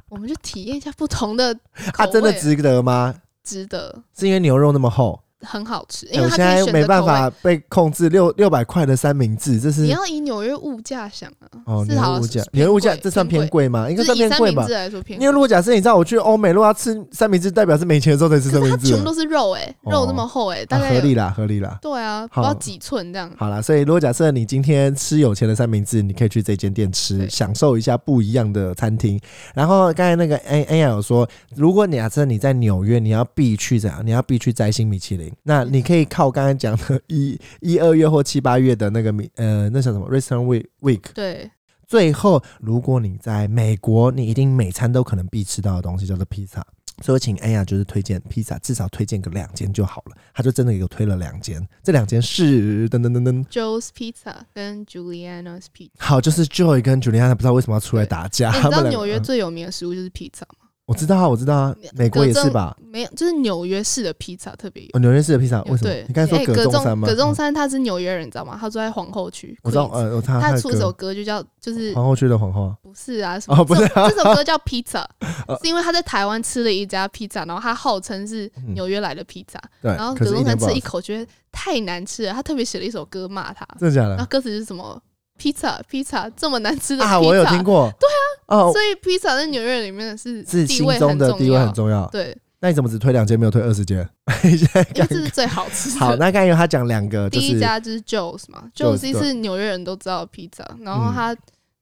Speaker 3: 我们就体验一下不同的欸口
Speaker 2: 啊，真的
Speaker 3: 味
Speaker 2: 值得吗？
Speaker 3: 值得。
Speaker 2: 是因为牛肉那么厚，
Speaker 3: 很好吃，
Speaker 2: 哎
Speaker 3: 因为
Speaker 2: 我
Speaker 3: 它
Speaker 2: 现
Speaker 3: 可以
Speaker 2: 在
Speaker 3: 选
Speaker 2: 没
Speaker 3: 择
Speaker 2: 办
Speaker 3: 口味。
Speaker 2: 法被控制六六百块的三明治，这是
Speaker 3: 你要以纽约物价想啊，
Speaker 2: 哦，
Speaker 3: 哎是
Speaker 2: 牛
Speaker 3: 好
Speaker 2: 肉
Speaker 3: 像
Speaker 2: 物
Speaker 3: 是
Speaker 2: 价，
Speaker 3: 偏
Speaker 2: 牛肉物价
Speaker 3: 贵
Speaker 2: 这算偏，贵吗？应该
Speaker 3: 就
Speaker 2: 算
Speaker 3: 是以
Speaker 2: 偏
Speaker 3: 三
Speaker 2: 贵
Speaker 3: 明
Speaker 2: 吧
Speaker 3: 治。来说偏
Speaker 2: 因为
Speaker 3: 贵。
Speaker 2: 如果假设你知道我去欧美，如果要吃三明治，代表是没钱的时候才吃三
Speaker 3: 可是
Speaker 2: 明
Speaker 3: 它
Speaker 2: 治
Speaker 3: 全
Speaker 2: 了，
Speaker 3: 部都是肉哎、肉这么厚哎、大
Speaker 2: 啊
Speaker 3: 概
Speaker 2: 合
Speaker 3: 有
Speaker 2: 理啦，合理啦。
Speaker 3: 对啊，不
Speaker 2: 好
Speaker 3: 知道几寸这样。
Speaker 2: 好啦，所以如果假设你今天吃有钱的三明治，你可以去这间店吃，
Speaker 3: 对
Speaker 2: 享受一下不一样的餐厅。然后刚才那个安安雅有说，如果你假设你在纽约，你要必去怎样？你要必去摘星米其林。那你可以靠刚才讲的 (laughs) 一一二月或七八月的那个米呃，那叫什么 Restaurant Week Week
Speaker 3: 对，
Speaker 2: 最后，如果你在美国，你一定每餐都可能必吃到的东西叫做披萨。所以我请安雅就是推荐披萨，至少推荐个两间就好了。他就真的给我推了两间，这两间是噔噔噔噔，
Speaker 3: Joe's Pizza 跟 Juliana's
Speaker 2: (laughs)
Speaker 3: Pizza。
Speaker 2: 好，就是 Joy 跟 Juliana 不知道为什么要出来打架。
Speaker 3: 欸你
Speaker 2: 他
Speaker 3: 知
Speaker 2: 们
Speaker 3: 道
Speaker 2: 两个
Speaker 3: 纽约
Speaker 2: 嗯
Speaker 3: 最有名的食物就是披萨吗？
Speaker 2: 我知道啊，我知道啊，美国也是吧？
Speaker 3: 没有，就是纽约市的披萨特别有。
Speaker 2: 哦，纽约市的披萨为什么
Speaker 3: 对？，
Speaker 2: 你刚才
Speaker 3: 欸
Speaker 2: 说葛仲山吗？
Speaker 3: 葛仲
Speaker 2: 嗯
Speaker 3: 山他是纽约人，你知道吗？他住在皇后区。
Speaker 2: 我知道，
Speaker 3: Queens
Speaker 2: 呃，我他
Speaker 3: 他
Speaker 2: 的
Speaker 3: 出
Speaker 2: 歌
Speaker 3: 首歌就叫就是
Speaker 2: 皇后区的皇后啊，
Speaker 3: 不是啊什么？
Speaker 2: 哦不是啊
Speaker 3: 这首这首歌叫 Pizza，
Speaker 2: (laughs) 呃
Speaker 3: 是因为他在台湾吃了一家披萨，然后他号称是纽约来的披萨，
Speaker 2: 对，
Speaker 3: 然后
Speaker 2: 嗯哎可
Speaker 3: 葛
Speaker 2: 是一
Speaker 3: 仲
Speaker 2: 点
Speaker 3: 山
Speaker 2: 不好
Speaker 3: 吃一
Speaker 2: 吃，
Speaker 3: 口觉得太难吃了，他特别写了一首歌骂他，
Speaker 2: 真的啊假的
Speaker 3: 然后？歌词是什么？pizza pizza 这么难吃的披萨，
Speaker 2: 啊，我有听过，对啊，哦，
Speaker 3: 所以披萨在纽约里面是
Speaker 2: 是
Speaker 3: 地
Speaker 2: 心
Speaker 3: 位
Speaker 2: 中
Speaker 3: 很
Speaker 2: 的
Speaker 3: 重
Speaker 2: 地位很
Speaker 3: 要，
Speaker 2: 重要。
Speaker 3: 对，
Speaker 2: 那你怎么只推两间，没有推二十间？ (laughs) 你现在
Speaker 3: 因为
Speaker 2: (laughs) 尴
Speaker 3: 这是
Speaker 2: 尬
Speaker 3: 最好吃
Speaker 2: (laughs)
Speaker 3: 的。
Speaker 2: 好，那刚才有他讲两个，就
Speaker 3: 第一
Speaker 2: 是
Speaker 3: 家就是 Joe's 嘛
Speaker 2: Joe's，
Speaker 3: ，Joe's 是纽约人都知道的披萨，然后
Speaker 2: 嗯
Speaker 3: 他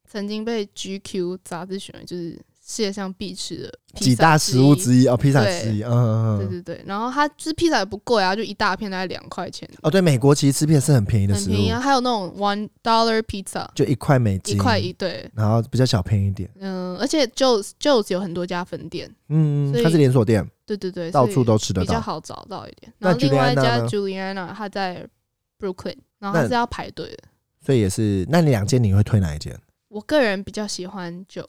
Speaker 3: 曾经被 GQ 杂志选为就是世界上必吃的披萨
Speaker 2: 几大食物
Speaker 3: 一。
Speaker 2: 之一哦，披萨
Speaker 3: 对
Speaker 2: 之一，嗯嗯
Speaker 3: 对
Speaker 2: 嗯嗯。
Speaker 3: 对对，然后它就是披萨也不贵啊，就一大片大概两块钱，
Speaker 2: 哦，对，美国其实吃披萨是很便宜的
Speaker 3: 很
Speaker 2: 食
Speaker 3: 便宜啊。
Speaker 2: 物，
Speaker 3: 还有那种 one dollar pizza，
Speaker 2: 就一块美
Speaker 3: 一
Speaker 2: 金，
Speaker 3: 块一对，
Speaker 2: 然后比较小便宜一点。
Speaker 3: 嗯，而且 Joe's Joe's 有很多家分店，
Speaker 2: 嗯，
Speaker 3: 所以
Speaker 2: 它是连锁店，
Speaker 3: 对对对，
Speaker 2: 到
Speaker 3: 所以
Speaker 2: 处都吃得
Speaker 3: 比较
Speaker 2: 到。
Speaker 3: 好找到一点。
Speaker 2: 那
Speaker 3: 然后另外一
Speaker 2: Juliana
Speaker 3: 家
Speaker 2: 呢
Speaker 3: Juliana，它在 Brooklyn，然后
Speaker 2: 那
Speaker 3: 它是要排队的。
Speaker 2: 所以也是，那你两间你会推哪一间？
Speaker 3: 我个人比较喜欢 Joe's，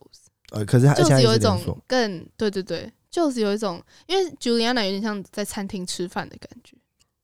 Speaker 2: 呃，可是它
Speaker 3: j
Speaker 2: 现
Speaker 3: o
Speaker 2: 在
Speaker 3: e s
Speaker 2: 也
Speaker 3: 有
Speaker 2: 是连
Speaker 3: 一
Speaker 2: 锁
Speaker 3: 种，更对对对，Joe's 有一种，因为 Juliana 有点像在餐厅吃饭的感觉，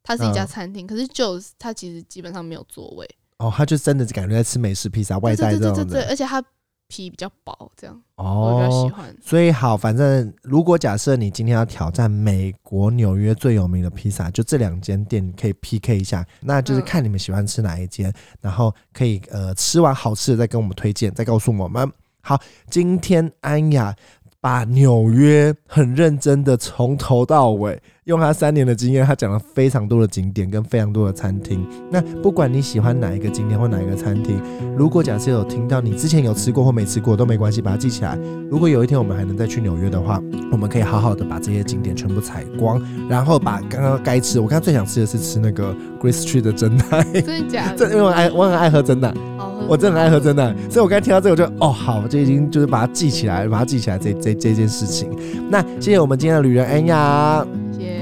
Speaker 3: 它是一家
Speaker 2: 嗯
Speaker 3: 餐厅，可是 Joe's 它其实基本上没有座位。
Speaker 2: 哦，它就真的感觉在吃美式披萨，外带
Speaker 3: 对
Speaker 2: 这
Speaker 3: 对
Speaker 2: 种
Speaker 3: 对
Speaker 2: 的。
Speaker 3: 对对，而且它皮比较薄，这样、我比较
Speaker 2: 哦
Speaker 3: 喜，
Speaker 2: (laughs)
Speaker 3: 欢。
Speaker 2: 所以好，反正如果假设你今天要挑战美国纽约最有名的披萨，就这两间店可以 PK 一下，那就是看你们喜欢吃哪一间，然后可以呃吃完好吃的再跟我们推荐，再告诉我们。好，今天安雅把纽约很认真的从头到尾，用她三年的经验，她讲了非常多的景点跟非常多的餐厅。那不管你喜欢哪一个景点或哪一个餐厅，如果假设有听到你之前有吃过或没吃过都没关系，把它记起来。如果有一天我们还能再去纽约的话，我们可以好好的把这些景点全部采光，然后把刚刚该吃，我刚刚最想吃的是吃那个 Grace Tree 的真奶，
Speaker 3: 真的假
Speaker 2: (laughs)
Speaker 3: 的？
Speaker 2: 这因为我爱我很爱喝真奶，
Speaker 3: 好喝，
Speaker 2: 我真的很爱喝真奶，所以我刚才听到这个我就哦好，这已经就是把它记起来，把它记起来这这这件事情。那谢谢我们今天的旅人安雅。
Speaker 3: 些。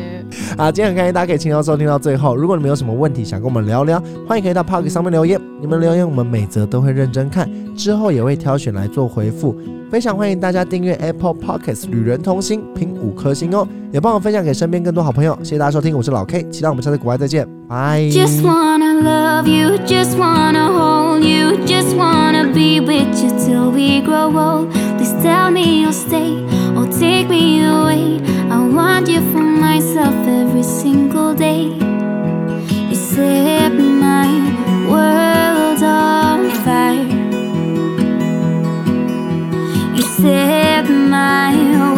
Speaker 2: 啊，今天很开心大家可以轻松收听到最后。如果你们有什么问题想跟我们聊聊，欢迎可以到 Park 上面留言。你们留言我们每则都会认真看，之后也会挑选来做回复。非常欢迎大家订阅 Apple Podcasts 旅人同心，评五颗星哦，也帮我分享给身边更多好朋友。谢谢大家收听，我是老 K，期待我们下次国外再见，拜。
Speaker 1: Just wanna love you, just wanna hold you, just wanna be with you till we grow old. Please tell me you'll stay or take me away. I want you for myself every single day. You set my world on fire. You set my